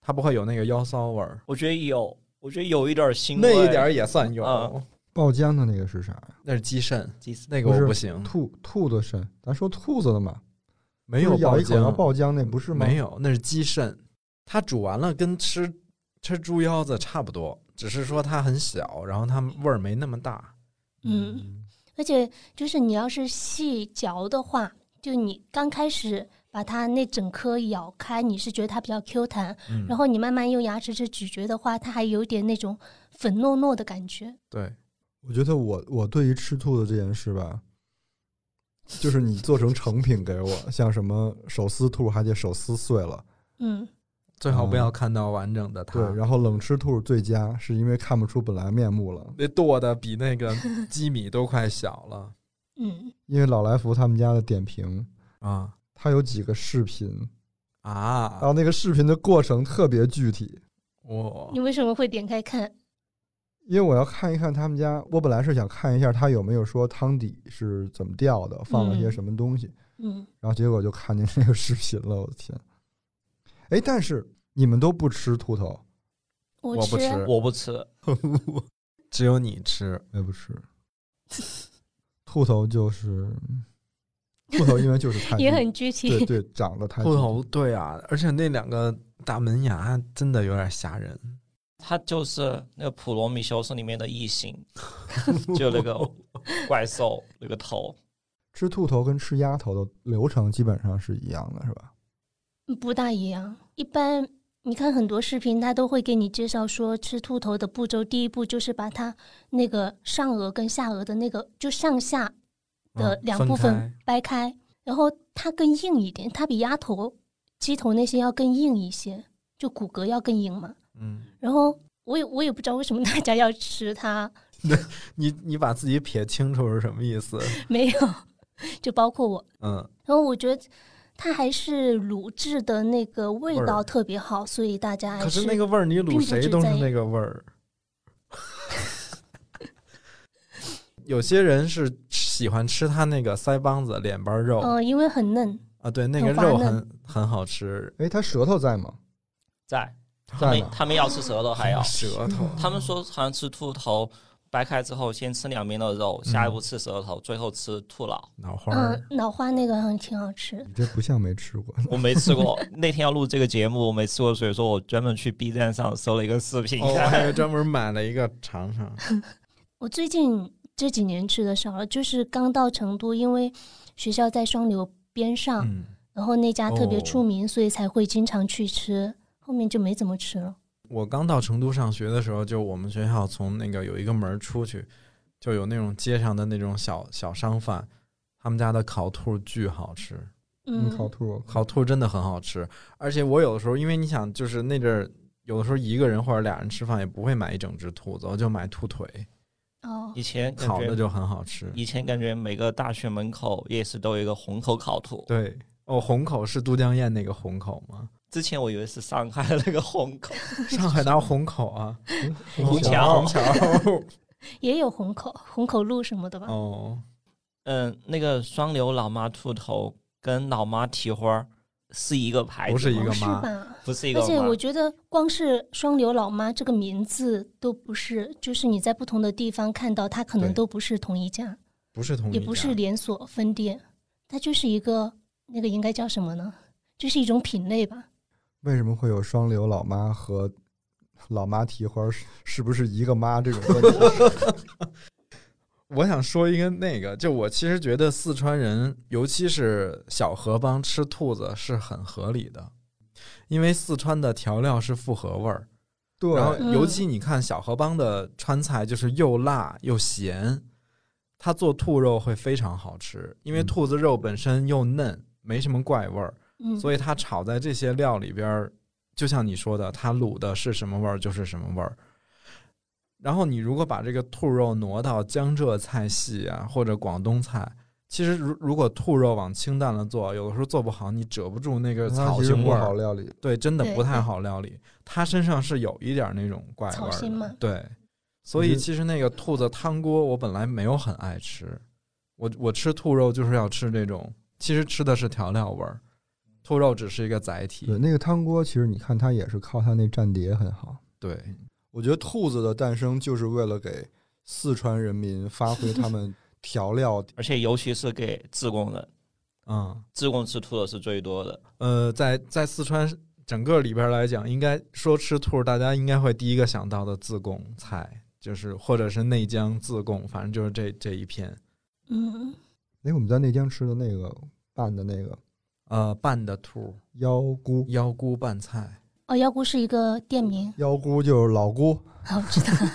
Speaker 5: 它不会有那个腰骚味儿，
Speaker 4: 我觉得有，我觉得有一点儿腥味，
Speaker 5: 那一点儿也算有。
Speaker 4: 嗯
Speaker 2: 爆浆
Speaker 5: 嗯
Speaker 2: 的那个是啥呀？
Speaker 5: 那是鸡肾，
Speaker 4: 鸡丝
Speaker 5: 那个
Speaker 2: 不
Speaker 5: 我
Speaker 2: 是
Speaker 5: 不行。
Speaker 2: 兔兔子肾，咱说兔子的嘛，
Speaker 5: 没有
Speaker 2: 咬
Speaker 5: 爆
Speaker 2: 一口要
Speaker 5: 浆，啊
Speaker 2: 爆浆，那不是吗？
Speaker 5: 没有，那是鸡肾，它煮完了跟吃吃猪腰子差不多，只是说它很小，然后它味儿没那么大。
Speaker 3: 嗯，而且就是你要是细嚼的话，就你刚开始把它那整颗咬开，你是觉得它比较 Q 弹，
Speaker 5: 嗯
Speaker 3: 然后你慢慢用牙齿去咀嚼的话，它还有点那种粉糯糯的感觉。
Speaker 5: 对，
Speaker 2: 我觉得我我对于吃兔的这件事吧，就是你做成成品给我，像什么手撕兔，还得手撕碎了，
Speaker 3: 嗯，
Speaker 5: 最好不
Speaker 2: 啊
Speaker 5: 要看到完整的它
Speaker 2: 对，，然后冷吃兔最佳，是因为看不出本来面目了。
Speaker 5: 那剁的比那个鸡米都快小了
Speaker 3: 嗯，
Speaker 2: 因为老来福他们家的点评，
Speaker 5: 啊
Speaker 2: 它有几个视频，然
Speaker 5: 啊！
Speaker 2: 后那个视频的过程特别具体，
Speaker 5: 我
Speaker 3: 你为什么会点开看？
Speaker 2: 因为我要看一看他们家，我本来是想看一下他有没有说汤底是怎么掉的，放了些
Speaker 3: 嗯
Speaker 2: 什么东西，
Speaker 3: 嗯，
Speaker 2: 然后结果就看见这个视频了，我的天！哎，但是你们都不吃兔头，
Speaker 3: 我
Speaker 5: 我不吃，
Speaker 4: 我不吃，
Speaker 5: 只有你吃。
Speaker 2: 我也不吃。兔头就是兔头，因为就是太
Speaker 3: 也
Speaker 5: 嗯
Speaker 3: 很具体
Speaker 2: 对。对，长得太
Speaker 5: 兔
Speaker 2: 低
Speaker 5: 头对啊，而且那两个大门牙真的有点吓人。
Speaker 4: 他就是那个普罗米修斯里面的异形， 就那个怪兽那个头。
Speaker 2: 吃兔头跟吃鸭头的流程基本上是一样的，是吧？
Speaker 3: 不大一样。一般你看很多视频，他都会给你介绍说吃兔头的步骤，第一步就是把它那个上颚跟下颚的那个就上下的
Speaker 5: 嗯
Speaker 3: 两
Speaker 5: 分
Speaker 3: 部
Speaker 5: 开
Speaker 3: 分掰开，然后它更硬一点，它比鸭头、鸡头那些要更硬一些，就骨骼要更硬嘛。
Speaker 5: 嗯，
Speaker 3: 然后我也我也不知道为什么 大家要吃它，
Speaker 5: 你你把自己撇清楚是什么 意思？
Speaker 3: 没有，就包括我，
Speaker 5: 嗯，
Speaker 3: 然后我觉得它还是卤制的那个味
Speaker 5: 味儿
Speaker 3: 道特别好，所以大家还
Speaker 5: 可是那个味儿，你
Speaker 3: 哎并
Speaker 5: 卤
Speaker 3: 不
Speaker 5: 谁
Speaker 3: 只
Speaker 5: 都是
Speaker 3: 在意
Speaker 5: 那个味儿。有些人是喜欢吃它那个腮帮子、脸巴肉、
Speaker 3: 呃，因为很嫩，
Speaker 5: 啊，对，那个
Speaker 3: 很滑
Speaker 5: 肉
Speaker 3: 嫩
Speaker 5: 很很好吃，
Speaker 2: 哎，它舌头在吗？
Speaker 4: 在，他
Speaker 2: 在
Speaker 4: 们
Speaker 2: 呢。
Speaker 4: 他们要吃舌头还 要，
Speaker 5: 舌头。
Speaker 4: 他们说好像吃兔头掰开之后，先吃两边的肉，下一
Speaker 5: 嗯
Speaker 4: 步吃舌头，最后吃兔脑。
Speaker 5: 脑花儿，
Speaker 3: 嗯，脑花那个很挺好吃。
Speaker 2: 你这不像没吃 过，
Speaker 4: 我没吃 过，那天要录这个节目，我没吃过，所以说我专门去 B 站上搜了一个视频。
Speaker 5: 哦，我还专门买了一个尝尝。
Speaker 3: 我最近这几年吃的少了，就是刚到成都，因为学校在双流边上，
Speaker 5: 嗯，
Speaker 3: 然后那家特别
Speaker 5: 哦
Speaker 3: 出名，所以才会经常去吃。后面就没怎么吃了。
Speaker 5: 我刚到成都上学的时候，就我们学校从那个有一个门儿出去，就有那种街上的那种小小商贩，他们家的烤兔巨好吃，
Speaker 2: 嗯，
Speaker 3: 嗯，
Speaker 2: 烤兔，
Speaker 5: 烤兔真的很好吃。而且我有的时候，因为你想，就是那阵儿有的时候一个人或者俩人吃饭也不会买一整只兔子，我就买兔腿，
Speaker 3: 哦
Speaker 4: 以，前感
Speaker 5: 烤的
Speaker 4: 觉，
Speaker 5: 就很好吃。
Speaker 4: 以前感觉每个大学门口夜市都有一个虹口烤兔。
Speaker 5: 对，哦，虹口是都江堰那个虹口 吗？
Speaker 4: 之前我以为是上海的那个虹口，
Speaker 5: 上海哪有虹口啊？
Speaker 4: 虹桥
Speaker 5: 虹桥。
Speaker 3: 也有虹口、虹口路什么的吧？
Speaker 5: 哦，
Speaker 4: 嗯，那个双流老妈兔头跟老妈蹄花儿是一个牌子吗，
Speaker 5: 不是一个
Speaker 3: 哦是
Speaker 5: 妈
Speaker 3: 吧？
Speaker 4: 不是一个
Speaker 3: 而
Speaker 4: 吗，
Speaker 3: 且我觉得，光是“双流老妈”这个名字都不是，就是你在不同的地方看到它，可能
Speaker 5: 对
Speaker 3: 都不是同一家，
Speaker 5: 不是同一
Speaker 3: 也不
Speaker 5: 家
Speaker 3: 是连锁分店，它就是一个那个应该叫什么呢？就是一种品类吧。
Speaker 2: 为什么会有双流老妈和老妈蹄花是是不是一个妈这种问 题？
Speaker 5: 我想说一个那个，就我其实觉得四川人，尤其是小河帮吃兔子是很合理的，因为四川的调料是复合味儿，
Speaker 2: 对，
Speaker 5: 然后
Speaker 3: 嗯
Speaker 5: 尤其你看小河帮的川菜就是又辣又咸，它做兔肉会非常好吃，因为
Speaker 2: 嗯
Speaker 5: 兔子肉本身又嫩，没什么怪味儿，
Speaker 3: 嗯，
Speaker 5: 所以它炒在这些料里边儿，就像你说的，它卤的是什么味儿就是什么味儿。然后你如果把这个兔肉挪到江浙菜系啊，或者广东菜，其实如如果兔肉往清淡了做，有的时候做不好，你遮不住那个
Speaker 2: 它
Speaker 5: 草
Speaker 2: 其实
Speaker 5: 腥
Speaker 2: 不
Speaker 5: 味
Speaker 2: 好
Speaker 5: 儿，
Speaker 2: 料理。
Speaker 5: 对，真的
Speaker 3: 对
Speaker 5: 不太
Speaker 3: 对
Speaker 5: 好料理。它身上是有一点那种怪味
Speaker 3: 草
Speaker 5: 儿
Speaker 3: 腥
Speaker 5: 的
Speaker 3: 嘛，
Speaker 5: 对。所以其实那个兔子汤锅，我本来没有很爱吃，我我吃兔肉就是要吃这种，其实吃的是调料味儿，兔肉只是一个载体。
Speaker 2: 对，那个汤锅其实你看它也是靠它那蘸碟很好。
Speaker 5: 对，
Speaker 2: 我觉得兔子的诞生就是为了给 四川人民发挥他们调料
Speaker 4: 而且尤其是给自贡人，
Speaker 5: 嗯，
Speaker 4: 自贡吃兔的是最多的。
Speaker 5: 呃，在在四川整个里边来讲，应该说吃兔，大家应该会第一个想到的自贡菜，就是或者是内江自贡，反正就是这这一片。
Speaker 3: 嗯，
Speaker 2: 哎，我们在内江吃的那个拌的那个
Speaker 5: 呃，拌的兔，
Speaker 2: 腰菇，
Speaker 5: 腰菇拌菜，
Speaker 3: 哦，腰菇是一个店名，哦
Speaker 2: 腰菇就是老菇、
Speaker 3: 好，我知道，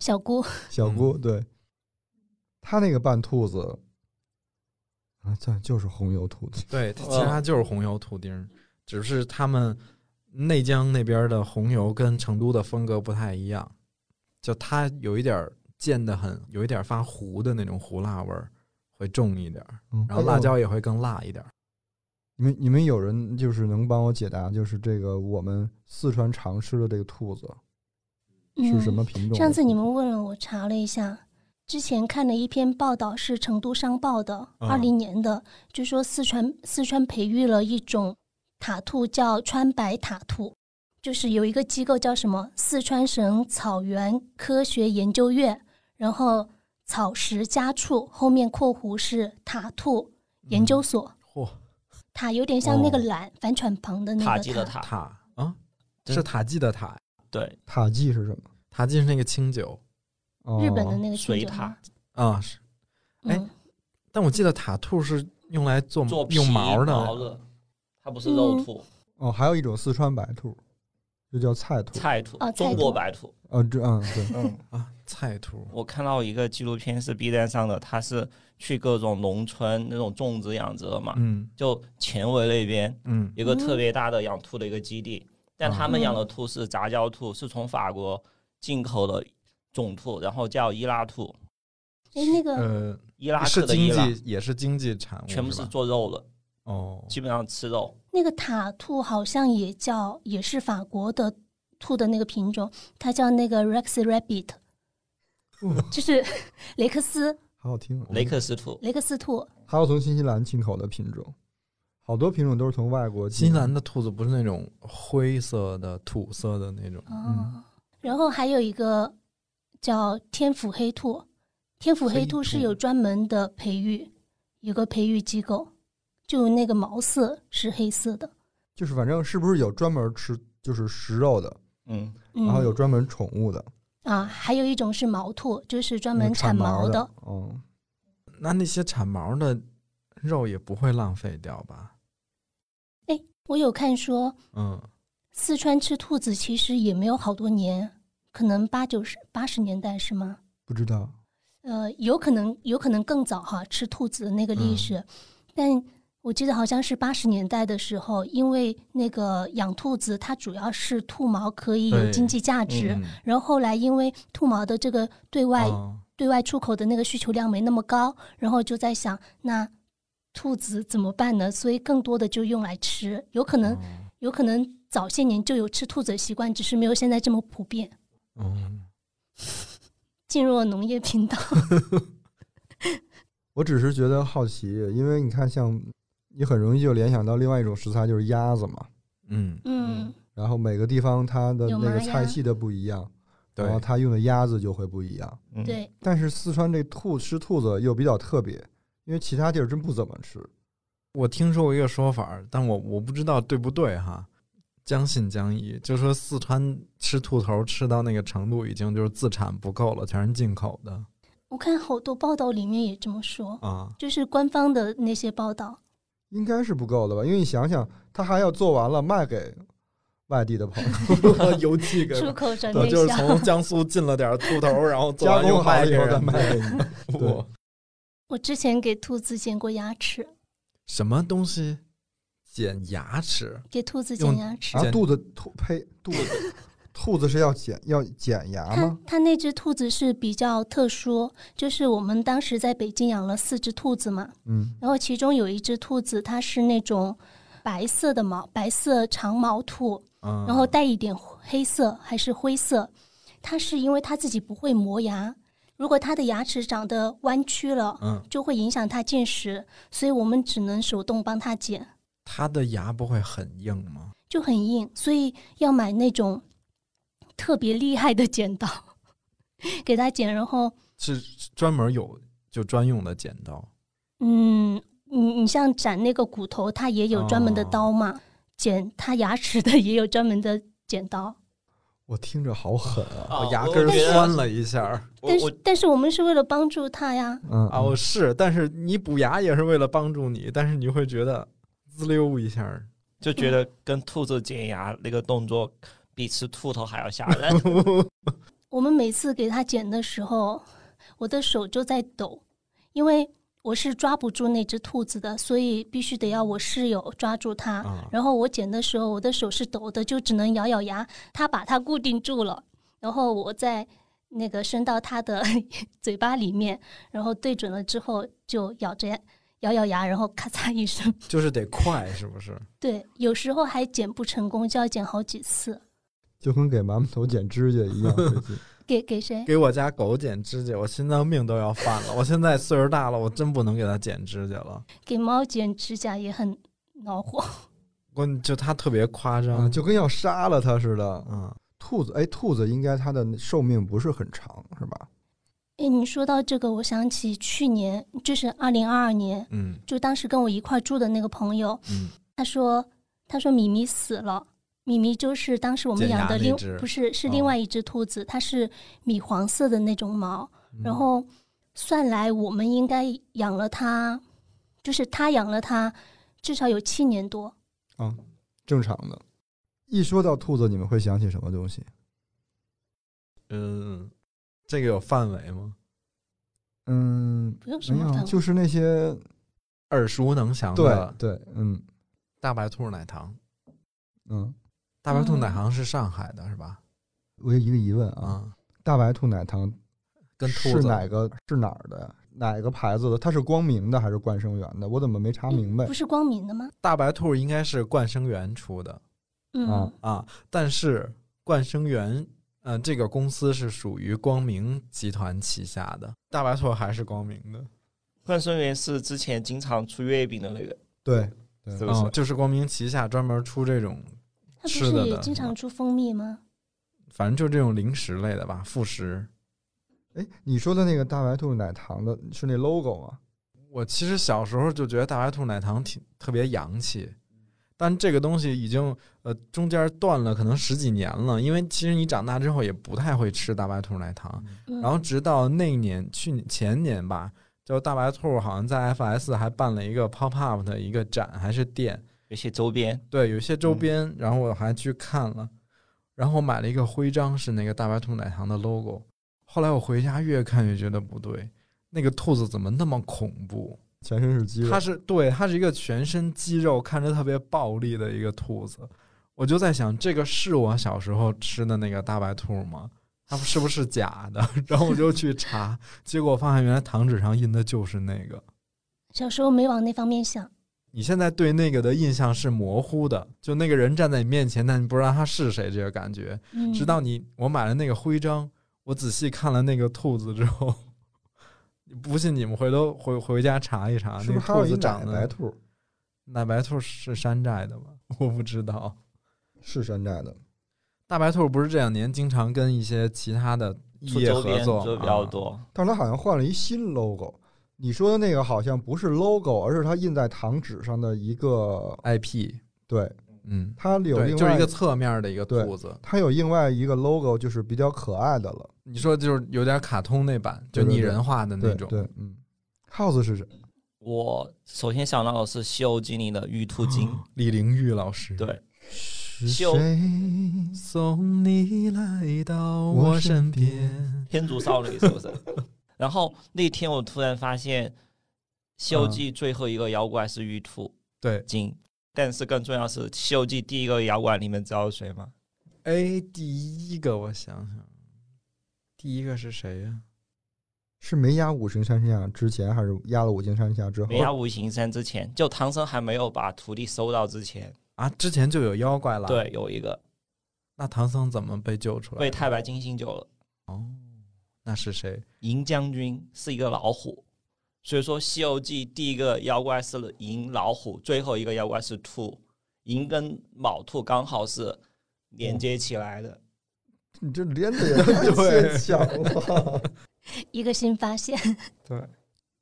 Speaker 3: 小菇，
Speaker 2: 小
Speaker 5: 嗯
Speaker 2: 菇，对。他那个拌兔子啊，对，就是红油兔子。
Speaker 5: 对，它其
Speaker 4: 嗯
Speaker 5: 实它就是红油兔丁儿，只是他们内江那边的红油跟成都的风格不太一样，就它有一点儿溅的很，有一点儿发糊的那种胡辣味儿，会重一点儿，
Speaker 2: 嗯
Speaker 5: 然后
Speaker 2: 哎
Speaker 5: 辣
Speaker 2: 我
Speaker 5: 椒也会更辣一点儿。
Speaker 2: 你们你们有人就是能帮我解答，就是这个我们四川常吃的这个兔子
Speaker 3: 嗯
Speaker 2: 是什么品种的兔子？
Speaker 3: 上次你们问了，我查了一下，之前看了一篇报道，是成都商报的，
Speaker 5: 嗯
Speaker 3: 二零年的，就说四川四川培育了一种塔兔，叫川白塔兔，就是有一个机构叫什么四川省草原科学研究院，然后草食家畜后面括弧是塔兔研究所，
Speaker 5: 嚯、
Speaker 3: 塔有点像那个
Speaker 5: 哦
Speaker 3: 懒、反犬旁的那个
Speaker 4: 塔基的
Speaker 3: 塔
Speaker 4: 塔，
Speaker 5: 塔啊，
Speaker 4: 对
Speaker 5: 是塔记的塔，
Speaker 4: 对，
Speaker 2: 塔记是什么？
Speaker 5: 塔记是那个清酒
Speaker 2: 哦、
Speaker 3: 日本的那个
Speaker 4: 水
Speaker 3: 品种
Speaker 4: 塔
Speaker 3: 吗，
Speaker 5: 啊、是。哎
Speaker 3: 嗯
Speaker 5: 但我记得塔兔是用来做
Speaker 4: 做皮
Speaker 5: 嗯用毛的，
Speaker 4: 毛的，它不是肉
Speaker 3: 嗯
Speaker 4: 兔，
Speaker 2: 哦，还有一种四川白兔，就叫菜兔。
Speaker 4: 菜兔
Speaker 3: 哦，菜
Speaker 4: 中国
Speaker 3: 兔
Speaker 4: 白兔。
Speaker 2: 啊，这嗯对，
Speaker 4: 嗯，
Speaker 5: 啊，菜兔
Speaker 4: 我看到一个纪录片是 B 站上的，他是去各种农村那种种植养殖的嘛，
Speaker 5: 嗯
Speaker 4: 就前围那边
Speaker 5: 嗯
Speaker 4: 有个特别大的养兔的一个基地，但他们
Speaker 3: 嗯
Speaker 4: 养的兔是杂交兔，是从法国进口的种兔，然后叫伊拉兔，
Speaker 3: 哎那个
Speaker 5: 呃，
Speaker 4: 伊拉嗯克
Speaker 5: 是
Speaker 4: 的
Speaker 5: 经
Speaker 4: 伊拉，
Speaker 5: 济也是经济产物，
Speaker 4: 全部
Speaker 5: 是
Speaker 4: 是
Speaker 5: 吧
Speaker 4: 做肉的，
Speaker 5: 哦，
Speaker 4: 基本上吃肉。
Speaker 3: 那个塔兔好像也叫，也是法国的兔的那个品种，它叫那个 Rex Rabbit，
Speaker 2: 嗯
Speaker 3: 就是 雷克斯
Speaker 2: 好好听啊。
Speaker 5: 嗯
Speaker 4: 雷克斯兔，
Speaker 3: 雷克斯兔。哦
Speaker 2: 还有从新西兰进口的品种，好多品种都是从外国
Speaker 5: 新
Speaker 2: 进
Speaker 5: 西兰的兔子不是那种灰色的土色的那种，
Speaker 2: 嗯
Speaker 3: 哦，然后还有一个叫天府黑兔，天府黑兔是有专门的培育，有个培育机构，就那个毛色是黑色的，
Speaker 2: 就是反正是不是有专门吃就是食肉的，
Speaker 4: 嗯，
Speaker 3: 嗯、
Speaker 2: 然后有专门宠物的，
Speaker 3: 啊，还有一种是毛兔，就是专门
Speaker 2: 有
Speaker 3: 产
Speaker 2: 产
Speaker 3: 毛
Speaker 2: 的，嗯，
Speaker 5: 那那些产毛的肉也不会浪费掉吧？
Speaker 3: 我有看说，
Speaker 5: 嗯，
Speaker 3: 四川吃兔子其实也没有好多年，可能八九十八十年代是吗？
Speaker 2: 不知道
Speaker 3: 呃，有可能有可能更早哈，吃兔子的那个历
Speaker 5: 嗯
Speaker 3: 史，但我记得好像是八十年代的时候，因为那个养兔子，它主要是兔毛可以有
Speaker 5: 对
Speaker 3: 经济价值。
Speaker 5: 嗯
Speaker 3: 然后后来，因为兔毛的这个对外、
Speaker 5: 哦
Speaker 3: 对外出口的那个需求量没那么高，然后就在想，那兔子怎么办呢？所以更多的就用来吃，有可能
Speaker 5: 哦
Speaker 3: 有可能早些年就有吃兔子的习惯，只是没有现在这么普遍。
Speaker 5: 嗯，
Speaker 3: 进入了农业频道，
Speaker 2: 我只是觉得好奇，因为你看像你很容易就联想到另外一种食材就是鸭子嘛，
Speaker 5: 嗯，
Speaker 3: 嗯，
Speaker 2: 然后每个地方它的
Speaker 3: 有
Speaker 2: 那
Speaker 3: 麻
Speaker 2: 个菜
Speaker 3: 鸭
Speaker 2: 系的不一样，
Speaker 5: 对
Speaker 2: 然后，它用的鸭子就会不一样。
Speaker 4: 嗯，
Speaker 3: 对，
Speaker 2: 但是四川这兔吃兔子又比较特别，因为其他地儿真不怎么吃。
Speaker 5: 我听说过一个说法儿，但我我不知道对不对哈，将信将疑。就说四川吃兔头吃到那个程度，已经就是自产不够了，全是进口的
Speaker 3: 我看好多报道里面也这么说，
Speaker 5: 啊。
Speaker 3: 就是官方的那些报道，
Speaker 2: 应该是不够的吧？因为你想想，他还要做完了卖给外地的朋友，
Speaker 5: 邮寄给
Speaker 3: 出口转
Speaker 5: 对，
Speaker 3: 内
Speaker 5: 就是
Speaker 3: 销。
Speaker 5: 从江苏进了点儿 兔头，然后做
Speaker 2: 加
Speaker 5: 完又
Speaker 2: 工好
Speaker 5: 卖
Speaker 2: 了
Speaker 5: 给
Speaker 2: 以后再
Speaker 5: 人
Speaker 2: 卖
Speaker 5: 家。
Speaker 2: 给你。对
Speaker 5: 我
Speaker 3: 我之前给兔子剪过牙齿，
Speaker 5: 什么东西剪牙齿？
Speaker 3: 给兔子剪
Speaker 5: 用
Speaker 3: 牙齿。
Speaker 2: 然后啊
Speaker 5: 剪
Speaker 2: 肚子兔呸肚子兔子是要剪要剪牙
Speaker 3: 它
Speaker 2: 吗？
Speaker 3: 它那只兔子是比较特殊，就是我们当时在北京养了四只兔子嘛，
Speaker 2: 嗯，
Speaker 3: 然后其中有一只兔子，它是那种白色的毛，白色长毛兔，
Speaker 5: 嗯，
Speaker 3: 然后带一点黑色还是灰色。它是因为它自己不会磨牙，如果它的牙齿长得弯曲了，
Speaker 5: 嗯，
Speaker 3: 就会影响它进食，所以我们只能手动帮它剪，
Speaker 5: 它的牙不会很硬吗？
Speaker 3: 就很硬，所以要买那种特别厉害的剪刀给它剪，然后
Speaker 5: 是专门有就专用的剪刀。
Speaker 3: 嗯，你你像斩那个骨头，它也有专门的
Speaker 5: 哦
Speaker 3: 刀嘛，剪它牙齿的 也有专门的剪刀。
Speaker 2: 我听着好狠 啊！
Speaker 4: 啊
Speaker 5: 我哦牙
Speaker 4: 我
Speaker 5: 根儿
Speaker 4: 觉得
Speaker 5: 酸了一下儿。
Speaker 4: 我
Speaker 3: 但
Speaker 4: 我
Speaker 3: 是但是我们是为了帮助他呀，
Speaker 2: 嗯
Speaker 5: 啊，我是，但是你补牙也是为了帮助你，但是你会觉得滋溜一下 儿，
Speaker 4: 就觉得跟兔子剪牙那个动作比吃兔头还要吓人。
Speaker 3: 我们每次给他剪的时候，我的手就在抖，因为我是抓不住那只兔子的，所以必须得要我室友抓住它。
Speaker 5: 啊
Speaker 3: 然后我剪的时候，我的手是抖的，就只能咬咬牙，它把它固定住了，然后我再那个伸到它的 嘴巴里面，然后对准了之后就咬着牙咬咬牙，然后咔嚓一声。
Speaker 5: 就是得快，是不是？
Speaker 3: 对，有时候还剪不成功，就要剪好几次。
Speaker 2: 就跟给馒头剪指甲一样，最 近
Speaker 3: 给给谁？
Speaker 5: 给我家狗剪指甲，我心脏病都要犯了。我现在岁数大了，我真不能给它剪指甲了。
Speaker 3: 给猫剪指甲也很恼火。
Speaker 5: 我就它特别夸
Speaker 2: 啊，
Speaker 5: 张，
Speaker 2: 就跟要杀了它似的。
Speaker 5: 嗯，
Speaker 2: 兔子，哎，兔子应该它的寿命不是很长，是吧？
Speaker 3: 哎，你说到这个，我想起去年，就是二零二二年，
Speaker 5: 嗯
Speaker 3: 就当时跟我一块儿住的那个朋友，
Speaker 5: 嗯，
Speaker 3: 他说，他说米米死了。米米就是当时我们
Speaker 5: 剪
Speaker 3: 养
Speaker 5: 牙
Speaker 3: 的
Speaker 5: 那
Speaker 3: 另
Speaker 5: 只
Speaker 3: 不是是
Speaker 5: 哦
Speaker 3: 另外一只兔子，它是米黄色的那种毛。
Speaker 5: 嗯
Speaker 3: 然后算来，我们应该养了它，就是他养了它，至少有七年多。
Speaker 2: 啊，正常的。一说到兔子，你们会想起什么东西？
Speaker 5: 嗯，这个有范围吗？
Speaker 2: 嗯，
Speaker 3: 不用什
Speaker 2: 没
Speaker 5: 哎
Speaker 3: 么
Speaker 2: 有，
Speaker 3: 反
Speaker 2: 就是那些
Speaker 5: 耳熟能
Speaker 3: 啊
Speaker 5: 详
Speaker 2: 对
Speaker 5: 的
Speaker 2: 对，嗯
Speaker 5: 大白兔奶糖，
Speaker 2: 嗯。
Speaker 5: 大白兔奶糖是上海的，是吧？
Speaker 2: 我有一个疑问啊，
Speaker 5: 啊，
Speaker 2: 大白兔奶糖
Speaker 5: 跟兔
Speaker 2: 是
Speaker 5: 子
Speaker 2: 哪个是哪儿的呀？哪个牌子的？它是光明的还是冠生园的？我怎么没查明白
Speaker 3: 不？是光明的吗？
Speaker 5: 大白兔应该是冠生园出的
Speaker 3: 嗯，
Speaker 2: 啊
Speaker 5: 啊，但是冠生园。嗯、这个公司是属于光明集团旗下的，大白兔还是光明的，
Speaker 4: 冠生园是之前经常出月饼的那个，
Speaker 2: 对对
Speaker 4: 是不
Speaker 5: 嗯，
Speaker 4: 是？
Speaker 5: 就是光明旗下专门出这种，
Speaker 3: 它不
Speaker 5: 吃
Speaker 3: 是
Speaker 5: 的
Speaker 3: 也
Speaker 5: 的
Speaker 3: 经常出蜂蜜吗？
Speaker 5: 反正就这种零食类的吧，副食。
Speaker 2: 哎，你说的那个大白兔奶糖的是那 logo 吗？
Speaker 5: 我其实小时候就觉得大白兔奶糖挺特别洋气，但这个东西已经呃中间断了可能十几年了，因为其实你长大之后也不太会吃大白兔奶糖，
Speaker 3: 嗯
Speaker 5: 然后直到那年去年前年吧，就大白兔好像在 FS 还办了一个 pop up 的一个展还是店，
Speaker 4: 有些周边，
Speaker 5: 对，有一些周边，然后我还去看了，然后我买了一个徽章是那个大白兔奶糖的 logo，后来我回家越看越觉得不对，那个兔子怎么那么恐怖？
Speaker 2: 全身是肌肉
Speaker 5: 它。是对，它是一个全身肌肉，看着特别暴力的一个兔子。我就在想，这个是我小时候吃的那个大白兔吗？它是不是假的？ 然后我就去 查，结果发现原来糖纸上印的就是那个。
Speaker 3: 小时候没往那方面想，
Speaker 5: 你现在对那个的印象是模糊的，就那个人站在你面前，但你不知道他是谁，这个感觉。
Speaker 3: 嗯，
Speaker 5: 直到你我买了那个徽章，我仔细看了那个兔子之后， 不信你们回头回回家查一查，
Speaker 2: 是
Speaker 5: 那
Speaker 2: 不
Speaker 5: 个
Speaker 2: 是还有
Speaker 5: 兔
Speaker 2: 一
Speaker 5: 子长
Speaker 2: 奶
Speaker 5: 得
Speaker 2: 白兔？
Speaker 5: 奶白兔是山寨的吗？ 我不知道。
Speaker 2: 是山寨的，
Speaker 5: 大白兔不是这两年经常跟一些其他的
Speaker 4: 出
Speaker 5: 业
Speaker 4: 周
Speaker 5: 合
Speaker 4: 边
Speaker 5: 作
Speaker 4: 就比较
Speaker 5: 啊
Speaker 4: 多。
Speaker 2: 但是它好像换了一新 logo。你说的那个好像不是 logo，而是它印在糖纸上的一个，
Speaker 5: IP，
Speaker 2: 对，
Speaker 5: 嗯，
Speaker 2: 它有
Speaker 5: 对，
Speaker 2: 另
Speaker 5: 就是
Speaker 2: 外
Speaker 5: 一个侧面的一个
Speaker 2: 对
Speaker 5: 兔子。
Speaker 2: 它有另外一个 logo，就是比较可爱的了，
Speaker 5: 你说就是有点卡通那版，就
Speaker 2: 对对
Speaker 5: 拟
Speaker 2: 对
Speaker 5: 人化的那
Speaker 2: 对
Speaker 5: 种。
Speaker 2: 对，嗯，House 是谁？
Speaker 4: 我首先想到的是《西游记》里的玉兔精，
Speaker 5: 李玲玉老师，
Speaker 4: 对，
Speaker 2: 是
Speaker 4: 秀
Speaker 2: 谁？
Speaker 5: 送你来到
Speaker 2: 我
Speaker 5: 我身
Speaker 2: 身
Speaker 5: 边。
Speaker 4: 天竺少女是 不是？然后那天我突然发现，《西游
Speaker 5: 嗯
Speaker 4: 记》最后一个妖怪是玉兔
Speaker 5: 对
Speaker 4: 精，但是更重要是，《西游记》第一个妖怪你们知道是谁吗？
Speaker 5: 哎，第一个我想想，第一个是谁呀、
Speaker 2: 是没压五行山下之前，还是压了五行山下
Speaker 5: 哦
Speaker 2: 之后？
Speaker 4: 没压五行山之前，就唐僧还没有把徒弟收到之前，
Speaker 5: 啊？之前就有妖怪了。，
Speaker 4: 对，有一个
Speaker 5: 那唐僧怎么被救出来？
Speaker 4: 被太白金星救了。
Speaker 5: 哦，那是谁？
Speaker 4: 银将军是一个老虎，所以说《西游记》第一个妖怪是银老虎，最后一个妖怪是兔，银跟卯兔刚好是连接起来
Speaker 5: 哦
Speaker 4: 的。
Speaker 2: 你这连的 也太
Speaker 5: 对
Speaker 2: 牵强了。
Speaker 3: 一个新发现，
Speaker 5: 对，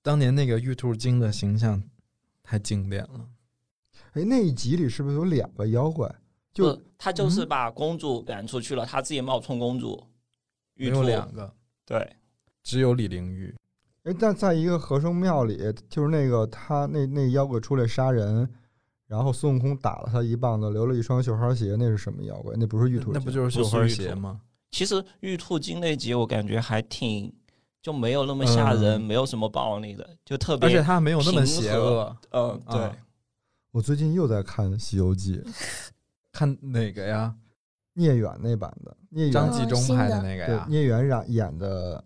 Speaker 5: 当年那个玉兔精的形象太经典了。
Speaker 2: 哎，那一集里是不是有两个妖怪？就
Speaker 5: 嗯
Speaker 4: 不呃他就是把公主赶出去了，他自己冒充公主，
Speaker 5: 没
Speaker 4: 玉
Speaker 5: 有
Speaker 4: 兔
Speaker 5: 两个，
Speaker 4: 对
Speaker 5: 只有李玲玉。
Speaker 2: 哎，但在一个和尚庙里，就是那个他那那妖怪出来杀人，然后孙悟空打了他一棒子，留了一双绣花鞋，那是什么妖怪？那不是玉兔精，
Speaker 5: 那不就是
Speaker 4: 不
Speaker 5: 绣
Speaker 4: 是
Speaker 5: 花
Speaker 4: 玉
Speaker 5: 鞋
Speaker 4: 兔
Speaker 5: 吗？
Speaker 4: 其实玉兔精那集我感觉还挺就没有那么吓人，
Speaker 5: 嗯
Speaker 4: 没有什么暴力的，就特
Speaker 5: 而且
Speaker 4: 别
Speaker 5: 他没有那么
Speaker 4: 平
Speaker 5: 邪
Speaker 4: 和
Speaker 5: 恶。
Speaker 4: 嗯对、
Speaker 5: 啊
Speaker 2: 我最近又在看《西游记》，
Speaker 5: 看哪个呀？
Speaker 2: 聂远那版的，聂远
Speaker 5: 张
Speaker 3: 哦
Speaker 5: 纪中
Speaker 3: 新
Speaker 5: 拍的
Speaker 3: 的
Speaker 5: 那个
Speaker 2: 对
Speaker 5: 呀，
Speaker 2: 聂远演演的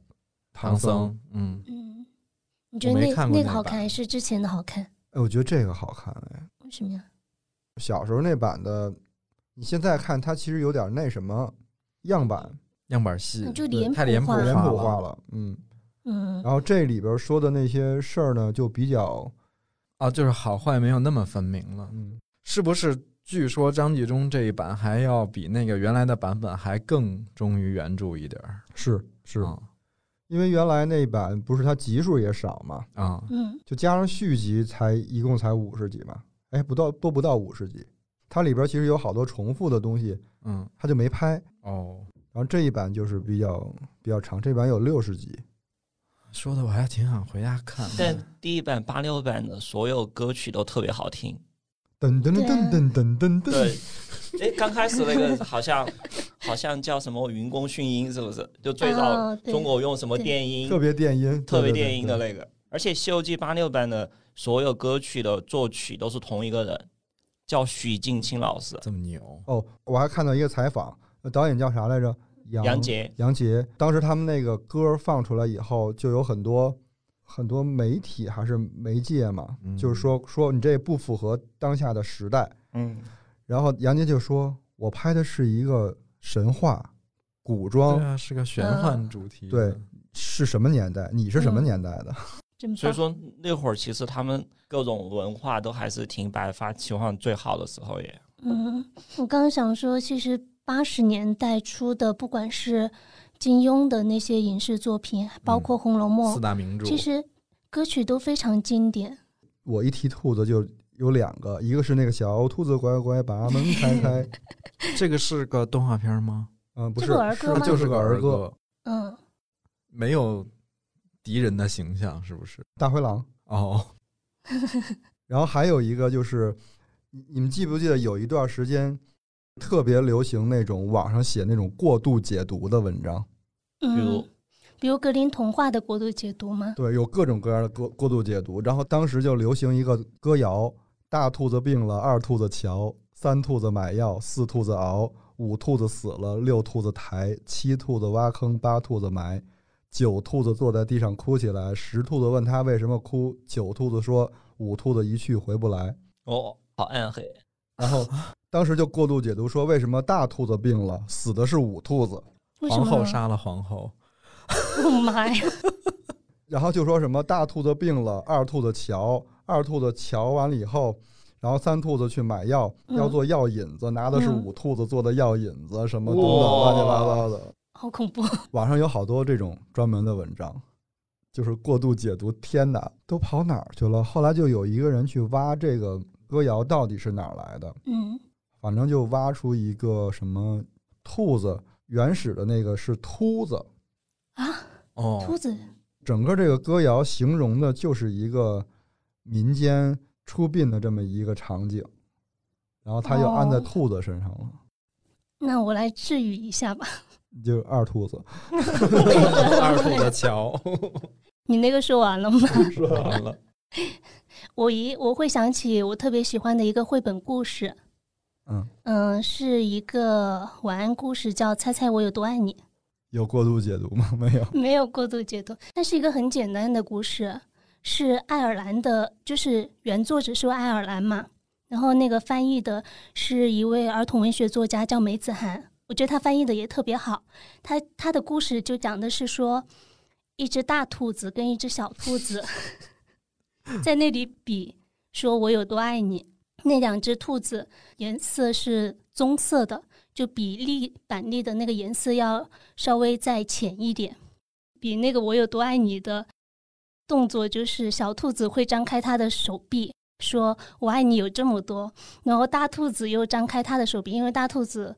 Speaker 5: 唐
Speaker 2: 僧
Speaker 5: 僧。。嗯，
Speaker 3: 嗯，你觉得
Speaker 5: 我没
Speaker 3: 那
Speaker 5: 看过
Speaker 3: 那
Speaker 5: 那
Speaker 3: 个好看
Speaker 5: 版
Speaker 3: 还是之前的好看？
Speaker 2: 哎，我觉得这个好看哎。
Speaker 3: 为什么呀？
Speaker 2: 小时候那版的，你现在看它其实有点那什么样板，
Speaker 5: 样板戏
Speaker 3: 那哦就
Speaker 2: 对
Speaker 3: 脸谱
Speaker 5: 太脸谱
Speaker 3: 化
Speaker 5: 化
Speaker 2: 脸
Speaker 3: 了。
Speaker 2: 谱化了，嗯。
Speaker 3: 嗯，
Speaker 2: 然后这里边说的那些事儿呢，就比较，
Speaker 5: 啊，就是好坏没有那么分明了。
Speaker 2: 嗯，
Speaker 5: 是不是？据说张纪中这一版还要比那个原来的版本还更忠于原著一点儿。
Speaker 2: 是是
Speaker 5: 啊
Speaker 2: 嗯因为原来那一版不是它集数也少嘛，
Speaker 5: 啊，
Speaker 3: 嗯，
Speaker 2: 就加上续集才一共才五十集嘛，哎，不到都不到五十集，它里边其实有好多重复的东西，
Speaker 5: 嗯，
Speaker 2: 它就没拍。
Speaker 5: 哦，
Speaker 2: 然后这一版就是比较比较长，这版有六十集，
Speaker 5: 说的我还挺想回家看的。
Speaker 4: 但第一版八六版的所有歌曲都特别好听，
Speaker 2: 噔噔
Speaker 3: 对啊
Speaker 2: 噔噔噔噔
Speaker 4: 对
Speaker 2: 噔，，
Speaker 4: 哎，刚开始那个好像好像叫什么云宫迅音，是不是？就最早
Speaker 3: 哦对
Speaker 4: 中国用什么电音，
Speaker 2: 特别电音，
Speaker 4: 特别
Speaker 2: 对
Speaker 4: 电音的，那个。而且《西游记》八六版的所有歌曲的作曲都是同一个人，叫许镜清老师，
Speaker 5: 这么牛，
Speaker 2: 哦，我还看到一个采访，呃导演叫啥来着？杨
Speaker 4: 杨杰。
Speaker 2: 杨杰。当时他们那个歌放出来以后，就有很多很多媒体还是媒介嘛，
Speaker 5: 嗯
Speaker 2: 就是说说你这不符合当下的时代。
Speaker 4: 嗯，
Speaker 2: 然后杨杰就说：“我拍的是一个神话古
Speaker 5: 对
Speaker 2: 装，
Speaker 5: 啊，是个玄幻主题的。
Speaker 2: 哦对是什么年代？你是什么
Speaker 3: 嗯
Speaker 2: 年代的？
Speaker 3: 真棒。
Speaker 4: 所以说那会儿其实他们各种文化都还是挺百花齐放最好的时候耶。
Speaker 3: 嗯，我刚刚想说，其实八十年代初的，不管是金庸的那些影视作品，包括《红楼梦
Speaker 5: 嗯四》大名著。
Speaker 3: 其实歌曲都非常经典。
Speaker 2: 我一提兔子就有两个，一个是那个小兔子乖乖把门开开，
Speaker 5: 这个是个动画片吗？
Speaker 2: 嗯，不
Speaker 3: 这
Speaker 2: 是，
Speaker 3: 不儿歌
Speaker 2: 是
Speaker 3: 吗
Speaker 2: 就是是个儿歌，
Speaker 5: 歌，
Speaker 3: 嗯，
Speaker 5: 没有敌人的形象，是不是？
Speaker 2: 大灰狼。”
Speaker 5: 哦，
Speaker 2: 然后还有一个就是，你你们记不记得有一段时间特别流行那种网上写那种过度解读的文章？
Speaker 3: 嗯，
Speaker 4: 比如
Speaker 3: 比如格林童话的国度解读吗？
Speaker 2: 对，有各种各样的过过度解读。然后当时就流行一个歌谣：大兔子病了，二兔子瞧，三兔子买药，四兔子熬，五兔子死了，六兔子抬，七兔子挖坑，八兔子埋。九兔子坐在地上哭起来，十兔子问他为什么哭，九兔子说五兔子一去回不来。
Speaker 4: 哦，好暗黑。
Speaker 2: 然后当时就过度解读说，为什么大兔子病了，死的是五兔子？
Speaker 3: 为什
Speaker 5: 皇
Speaker 3: 么
Speaker 5: 后
Speaker 3: 呢？
Speaker 5: 杀了皇后，
Speaker 3: 我妈呀！
Speaker 2: 然后就说什么大兔子病了，二兔子瞧，二兔子瞧完了以后，然后三兔子去买药，
Speaker 3: 嗯
Speaker 2: 要做药引子，拿的是
Speaker 3: 嗯
Speaker 2: 五兔子做的药引子，什么
Speaker 4: 哇
Speaker 2: 等等乱七八糟的。
Speaker 3: 好恐怖！
Speaker 2: 网上有好多这种专门的文章，就是过度解读。天哪，都跑哪儿去了？后来就有一个人去挖这个歌谣到底是哪儿来的，
Speaker 3: 嗯，
Speaker 2: 反正就挖出一个什么兔子，原始的那个是秃子。
Speaker 3: 兔
Speaker 5: 哦，
Speaker 3: 啊子，
Speaker 2: 整个这个歌谣形容的就是一个民间出殡的这么一个场景，然后它就安在
Speaker 3: 哦
Speaker 2: 兔子身上了，
Speaker 3: 那我来治愈一下吧。
Speaker 2: 就是二兔子。
Speaker 5: 二兔子 桥，
Speaker 3: 你那个说完了吗？
Speaker 5: 说完了，
Speaker 3: 我一我会想起我特别喜欢的一个绘本故事，
Speaker 2: 嗯，
Speaker 3: 嗯、是一个晚安故事，叫《猜猜我有多爱你》，
Speaker 2: 有过度解读吗？没有。
Speaker 3: 没有过度解读，它是一个很简单的故事，是爱尔兰的，就是原作者是爱尔兰嘛，然后那个翻译的是一位儿童文学作家叫梅子涵，我觉得他翻译的也特别好，他他的故事就讲的是说，一只大兔子跟一只小兔子在那里比，说我有多爱你。那两只兔子颜色是棕色的，就比栗板栗的那个颜色要稍微再浅一点。比那个我有多爱你的动作，就是小兔子会张开它的手臂，说“我爱你”有这么多，然后大兔子又张开它的手臂，因为大兔子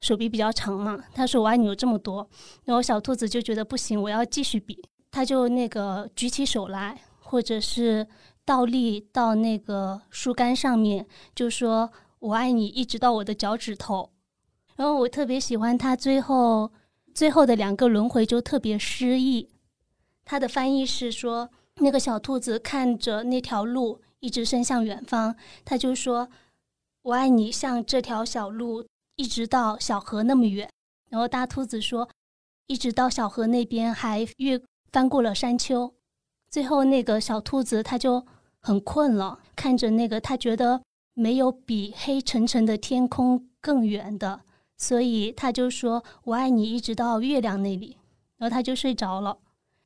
Speaker 3: 手臂比较长嘛，他说“我爱你”有这么多，然后小兔子就觉得不行，我要继续比，他就那个举起手来，或者是倒立到那个树干上面，就说“我爱你”，一直到我的脚趾头。然后我特别喜欢他最后最后的两个轮回就特别诗意，他的翻译是说。那个小兔子看着那条路一直伸向远方，它就说：“我爱你，像这条小路一直到小河那么远。”然后大兔子说：“一直到小河那边，还越翻过了山丘。”最后那个小兔子它就很困了，看着那个它觉得没有比黑沉沉的天空更远的，所以它就说：“我爱你，一直到月亮那里。”然后它就睡着了。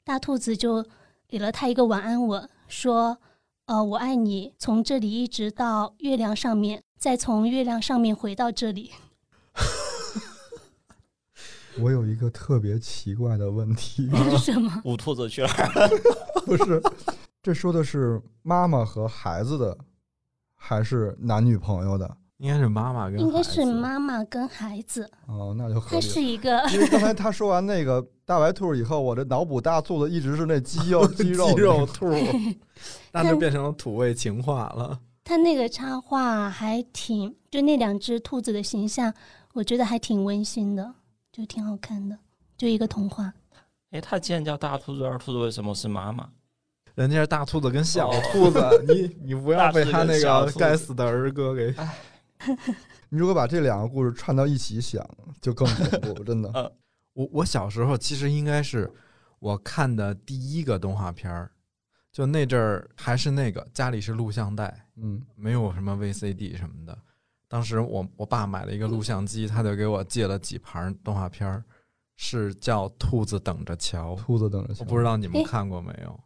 Speaker 3: 大兔子就。给了他一个晚安吻，说：“呃，我爱你，从这里一直到月亮上面，再从月亮上面回到这里。
Speaker 2: 我有一个特别奇怪的问题，
Speaker 3: 是什 么？
Speaker 4: 五兔子去了，
Speaker 2: 不是这说的是妈妈和孩子的，还是男女朋友的？
Speaker 5: 应该是妈妈跟
Speaker 3: 应该是
Speaker 5: 孩子
Speaker 3: 妈妈跟孩子，
Speaker 2: 哦，那就合
Speaker 3: 它
Speaker 2: 理了
Speaker 3: 是。一个
Speaker 2: 因为刚才他说完那个大白兔以后，我这脑补大做的一直是那肌 肉肌肉
Speaker 5: 肌肉 兔，那就变成了土味情话了。
Speaker 3: 它那个插画还挺，就那两只兔子的形象，我觉得还挺温馨的，就挺好看的，就一个童话。
Speaker 4: 哎，他既然叫大兔子、二兔子，为什么是妈妈？
Speaker 5: 人家是大兔子跟小兔子，你你不要被他那
Speaker 4: 大兔子跟
Speaker 5: 个
Speaker 4: 小兔子
Speaker 5: 该死的儿歌给
Speaker 2: 你如果把这两个故事串到一起想，就更恐怖，真的。
Speaker 5: 我我小时候其实应该是我看的第一个动画片儿，就那阵儿还是那个家里是录像带，
Speaker 2: 嗯，
Speaker 5: 没有什么 VCD 什么的。当时我我爸买了一个录像机，他就给我借了几盘动画片儿，是叫《兔子等着瞧》，
Speaker 2: 兔子等着
Speaker 5: 我
Speaker 2: 瞧，
Speaker 5: 不知道你们
Speaker 3: 诶
Speaker 5: 看过没有？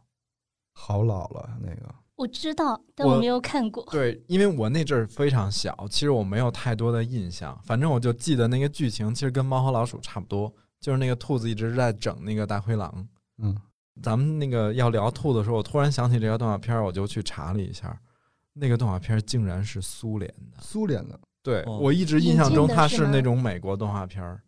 Speaker 2: 好老了那个。
Speaker 3: 我知道，但
Speaker 5: 我
Speaker 3: 我没有看过。
Speaker 5: 对，因为我那阵儿非常小，其实我没有太多的印象，反正我就记得那个剧情，其实跟《猫和老鼠》差不多，就是那个兔子一直在整那个大灰狼。
Speaker 2: 嗯，
Speaker 5: 咱们那个要聊兔子的时候，我突然想起这个动画片儿，我就去查了一下，那个动画片儿竟然是苏联的。
Speaker 2: 苏联的，
Speaker 5: 对、
Speaker 4: 哦
Speaker 5: 我一直印象中
Speaker 3: 引进的
Speaker 5: 它
Speaker 3: 是
Speaker 5: 是
Speaker 3: 吗
Speaker 5: 那种美国动画片儿，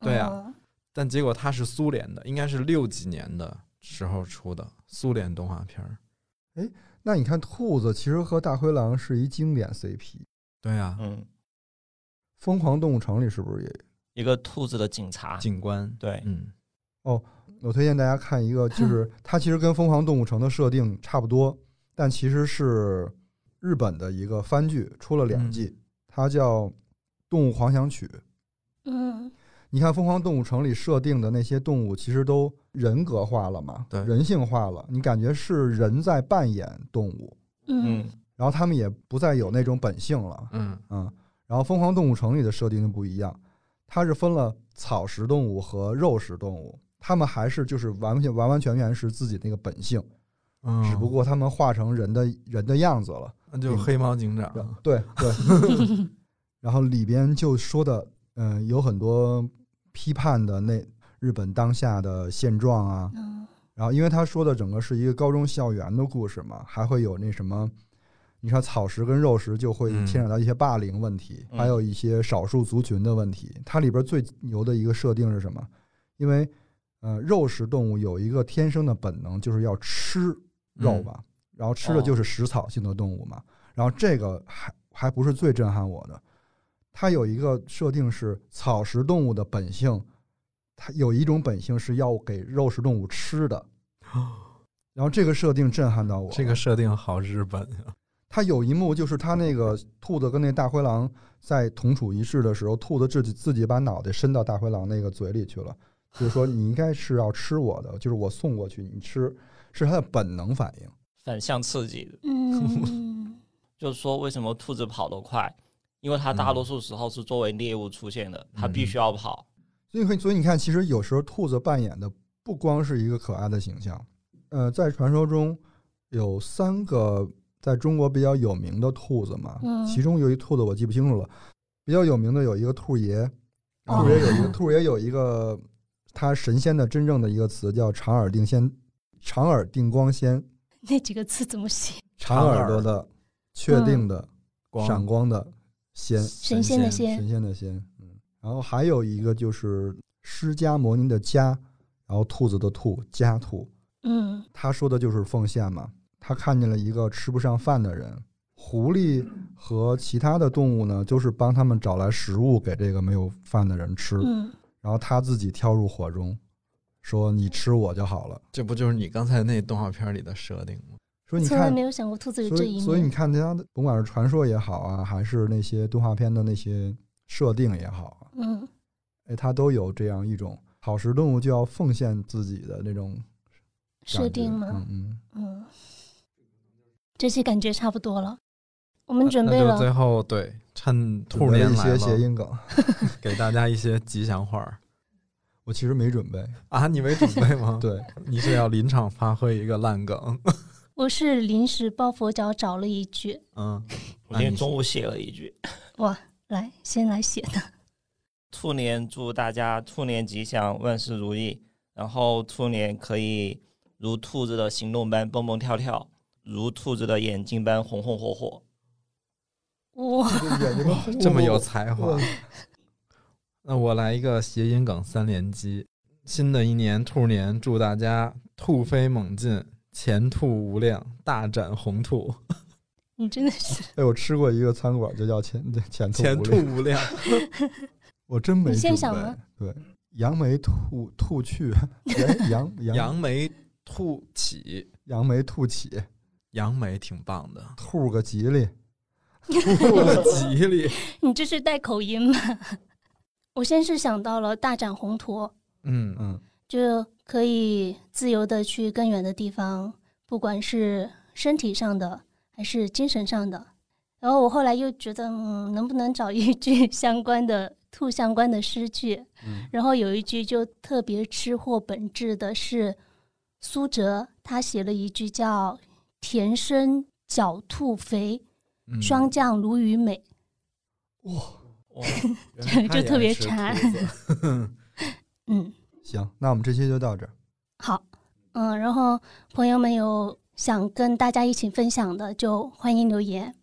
Speaker 5: 对啊
Speaker 3: 嗯
Speaker 5: 但结果它是苏联的，应该是六几年的时候出的苏联动画片儿。
Speaker 2: 那你看兔子其实和大灰狼是一经典 CP，《
Speaker 5: 对啊，
Speaker 4: 嗯，
Speaker 2: 疯狂动物城》里是不是也有？
Speaker 4: 一个兔子的警察，
Speaker 5: 警官，
Speaker 4: 对，
Speaker 5: 嗯，
Speaker 2: 我推荐大家看一个， 就是它其实跟《疯狂动物城》的设定差不多，但其实是日本的一个番剧，出了
Speaker 5: 嗯
Speaker 2: 两季，它叫《动物狂想曲》。
Speaker 3: 嗯，
Speaker 2: 你看《疯狂动物城》里设定的那些动物，其实都人格化了嘛，
Speaker 5: 对
Speaker 2: 人性化了，你感觉是人在扮演动物，
Speaker 3: 嗯
Speaker 4: 嗯，
Speaker 2: 然后他们也不再有那种本性了，
Speaker 5: 嗯
Speaker 2: 嗯。然后《疯狂动物城》里的设定就不一样，它是分了草食动物和肉食动物，它们还是就是完全完完全全是自己那个本性，
Speaker 5: 嗯，
Speaker 2: 只不过它们化成人的人的样子了。
Speaker 5: 那就是黑猫警
Speaker 4: 啊
Speaker 5: 长。嗯
Speaker 2: 对对， 然后里边就说的，嗯、有很多批判的那日本当下的现状啊，
Speaker 3: 嗯
Speaker 2: 然后因为他说的整个是一个高中校园的故事嘛，还会有那什么，你看草食跟肉食就会
Speaker 5: 嗯
Speaker 2: 牵扯到一些霸凌问题，
Speaker 4: 嗯
Speaker 2: 还有一些少数族群的问题。它里边最牛的一个设定是什么？因为呃，肉食动物有一个天生的本能，就是要吃肉
Speaker 5: 嗯
Speaker 2: 吧，然后吃的就是食草性的动物嘛。然后这个还还不是最震撼我的，它有一个设定是草食动物的本性，它有一种本性是要给肉食动物吃 的。然后这个设定震撼到我了，
Speaker 5: 这个设定好日本呀！
Speaker 2: 他有一幕就是他那个兔子跟那大灰狼在同处一室的时候，兔子自己自己把脑袋伸到大灰狼那个嘴里去了，就是说你应该是要吃我的，就是我送过去你吃，是它的本能反应。
Speaker 4: 反向刺激的，
Speaker 3: 嗯，
Speaker 4: 就是说为什么兔子跑得快？因为它大多数时候是作为猎物出现的，它必须要跑。
Speaker 2: 所以，所以你看，其实有时候兔子扮演的不光是一个可爱的形象，呃，在传说中有三个在中国比较有名的兔子嘛，
Speaker 3: 嗯
Speaker 2: 其中有一兔子我记不清楚了，比较有名的有一个兔爷，
Speaker 5: 哦
Speaker 2: 兔爷有一个、兔爷有一个他神仙的真正的一个词叫长耳定仙，长耳定光仙，
Speaker 3: 那几个字怎么写？
Speaker 2: 长耳朵的确定的
Speaker 5: 光
Speaker 2: 闪光的仙，
Speaker 3: 神仙的仙
Speaker 2: 神仙的仙。嗯，然后还有一个就是释迦牟尼的迦，然后兔子的兔，家兔。
Speaker 3: 嗯
Speaker 2: 他说的就是奉献嘛。他看见了一个吃不上饭的人，狐狸和其他的动物呢，就是帮他们找来食物给这个没有饭的人吃，
Speaker 3: 嗯，
Speaker 2: 然后他自己跳入火中，说你吃我就好了。
Speaker 5: 这不就是你刚才那动画片里的设定吗？
Speaker 2: 说你
Speaker 3: 从来
Speaker 2: 看
Speaker 3: 没，有想过兔子有
Speaker 2: 所
Speaker 3: 这
Speaker 2: 以
Speaker 3: 一
Speaker 2: 所以你
Speaker 3: 面。
Speaker 2: 看他的，甭管是传说也好啊，还是那些动画片的那些设定也好啊，
Speaker 3: 嗯
Speaker 2: 哎，他都有这样一种好食动物就要奉献自己的那种
Speaker 3: 设
Speaker 2: 感觉
Speaker 3: 定吗
Speaker 2: 嗯？嗯，
Speaker 3: 嗯，这期感觉差不多了，我们准
Speaker 5: 啊
Speaker 3: 备
Speaker 5: 那就
Speaker 3: 了。
Speaker 5: 最后对，趁兔
Speaker 2: 准备了
Speaker 5: 年
Speaker 2: 一
Speaker 5: 来
Speaker 2: 些谐
Speaker 5: 了，
Speaker 2: 音梗，
Speaker 5: 给大家一些吉祥话儿
Speaker 2: 我其实没准备。？，
Speaker 5: 啊！你没准备吗
Speaker 2: 对，
Speaker 5: 你是要临场发挥一个烂梗？
Speaker 3: 我是临时抱佛脚找了一句，
Speaker 5: 嗯，
Speaker 4: 我今天中午写了一句
Speaker 3: 哇，来先来写的，：“
Speaker 4: 兔年祝大家兔年吉祥，万事如意。然后兔年可以如兔子的行动般蹦蹦跳跳，如兔子的眼睛般红红火火。
Speaker 3: 哇，
Speaker 2: 眼睛都
Speaker 5: 这么有才华
Speaker 2: 哇。
Speaker 5: 那我来一个谐音梗三连击。新的一年兔年，祝大家兔飞猛进，前途无量，大展宏图，
Speaker 3: 你真的是，
Speaker 2: 哎，我吃过一个餐馆，就叫前对前兔
Speaker 5: 前
Speaker 2: 狐
Speaker 5: 途
Speaker 2: 狸，
Speaker 5: 无 量。
Speaker 2: 我真没
Speaker 3: 你现
Speaker 2: 准
Speaker 3: 想
Speaker 2: 备
Speaker 3: 吗
Speaker 2: 对，杨梅兔兔去，哎杨 杨
Speaker 5: 扬眉吐起，
Speaker 2: 杨梅兔起，，
Speaker 5: 扬眉挺棒的
Speaker 2: 兔个吉利。
Speaker 5: 兔的吉利。
Speaker 3: 你这是带口音吗？我先是想到了大展宏图，
Speaker 5: 嗯
Speaker 2: 嗯，
Speaker 3: 就可以自由的去更远的地方，不管是身体上的还是精神上的。然后我后来又觉得，嗯，能不能找一句 相关的兔相关的诗句？
Speaker 2: 嗯
Speaker 3: 然后有一句就特别吃货本质的是苏辙，他写了一句叫“田生狡兔肥，
Speaker 5: 嗯，
Speaker 3: 霜降鲈鱼美
Speaker 4: 哇，
Speaker 5: 原来 他
Speaker 3: 就
Speaker 5: 也
Speaker 3: 特别
Speaker 5: 是
Speaker 3: 馋
Speaker 5: 兔子”。
Speaker 3: 嗯，
Speaker 2: 行，那我们这期就到这儿。
Speaker 3: 好，嗯，然后朋友们有想跟大家一起分享的，就欢迎留言。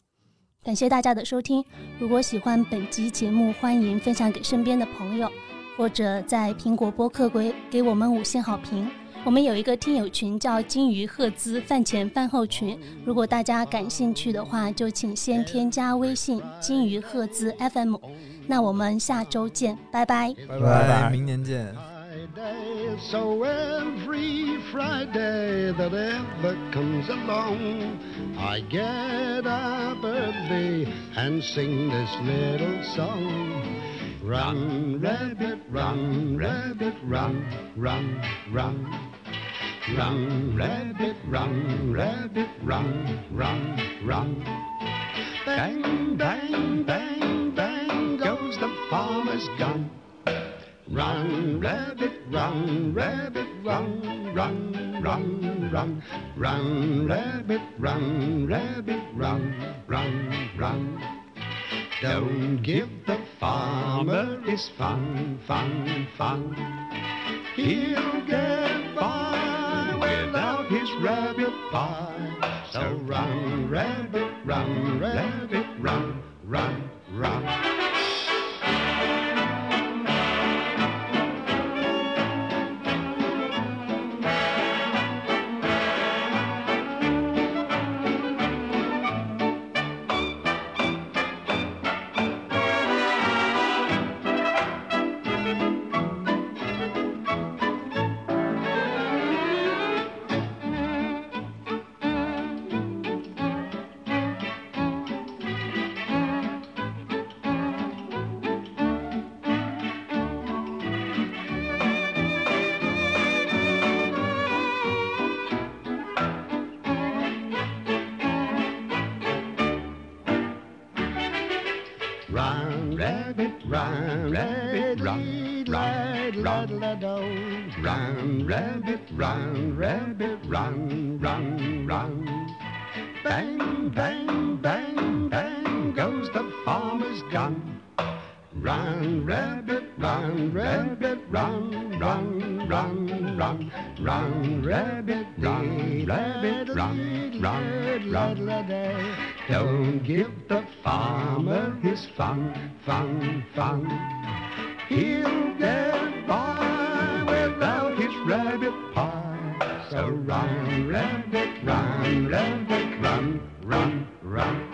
Speaker 3: 感谢大家的收听。如果喜欢本集节目，欢迎分享给身边的朋友，或者在苹果播客给给我们五星好评。我们有一个听友群叫“金鱼赫兹饭前饭后群”，如果大家感兴趣的话，就请先添加微信“金鱼赫兹 FM”。那我们下周见，拜拜。
Speaker 5: 拜
Speaker 2: 拜
Speaker 5: 拜，明年见。
Speaker 6: Friday, so every Friday that ever comes along, I get up early and sing this little song. Run, rabbit, run, rabbit, run, run, run. Run, rabbit, run, rabbit, run, run, run. Bang, bang, bang, bang goes the farmer's gun. Run, rabbit, run, rabbit, run, run, run, run. Run, rabbit, run, rabbit, run, run, run. Don't give the farmer his fun, fun, fun. He'll get by without his rabbit pie. So run, rabbit, run, rabbit, run, run, run. Run, rabbit, run, rabbit, run, run, run. Run, rabbit, run, rabbit, run, run, run. Bang, bang, bang, bang goes the farmer's gun. Run, rabbit, run, rabbit, run, run, run, run. Run, rabbit, run, rabbit, run, run, run. Don't give the farmer his fun, fun, fun. He'll get by without his rabbit pie. So run, rabbit, run, rabbit, run, run, run.